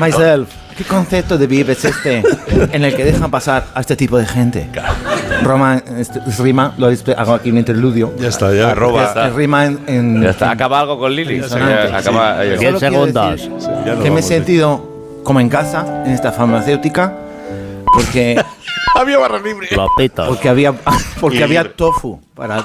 Speaker 5: myself, ¿qué concepto de VIP es este en el que dejan pasar a este tipo de gente? Roma, este, rima, lo habéis- hago aquí un interludio.
Speaker 2: Ya está, ya.
Speaker 48: Arroba.
Speaker 5: Es- Rima en... en-
Speaker 48: Ya está. Acaba algo con Lili.
Speaker 5: Impresionante.
Speaker 48: Acaba.
Speaker 5: Solo quiero decir
Speaker 2: Ya nos
Speaker 5: Que me he
Speaker 2: vamos,
Speaker 5: sentido como en casa, en esta farmacéutica, porque...
Speaker 4: Había barra libre.
Speaker 5: Porque había, porque había
Speaker 6: Libre.
Speaker 5: tofu para.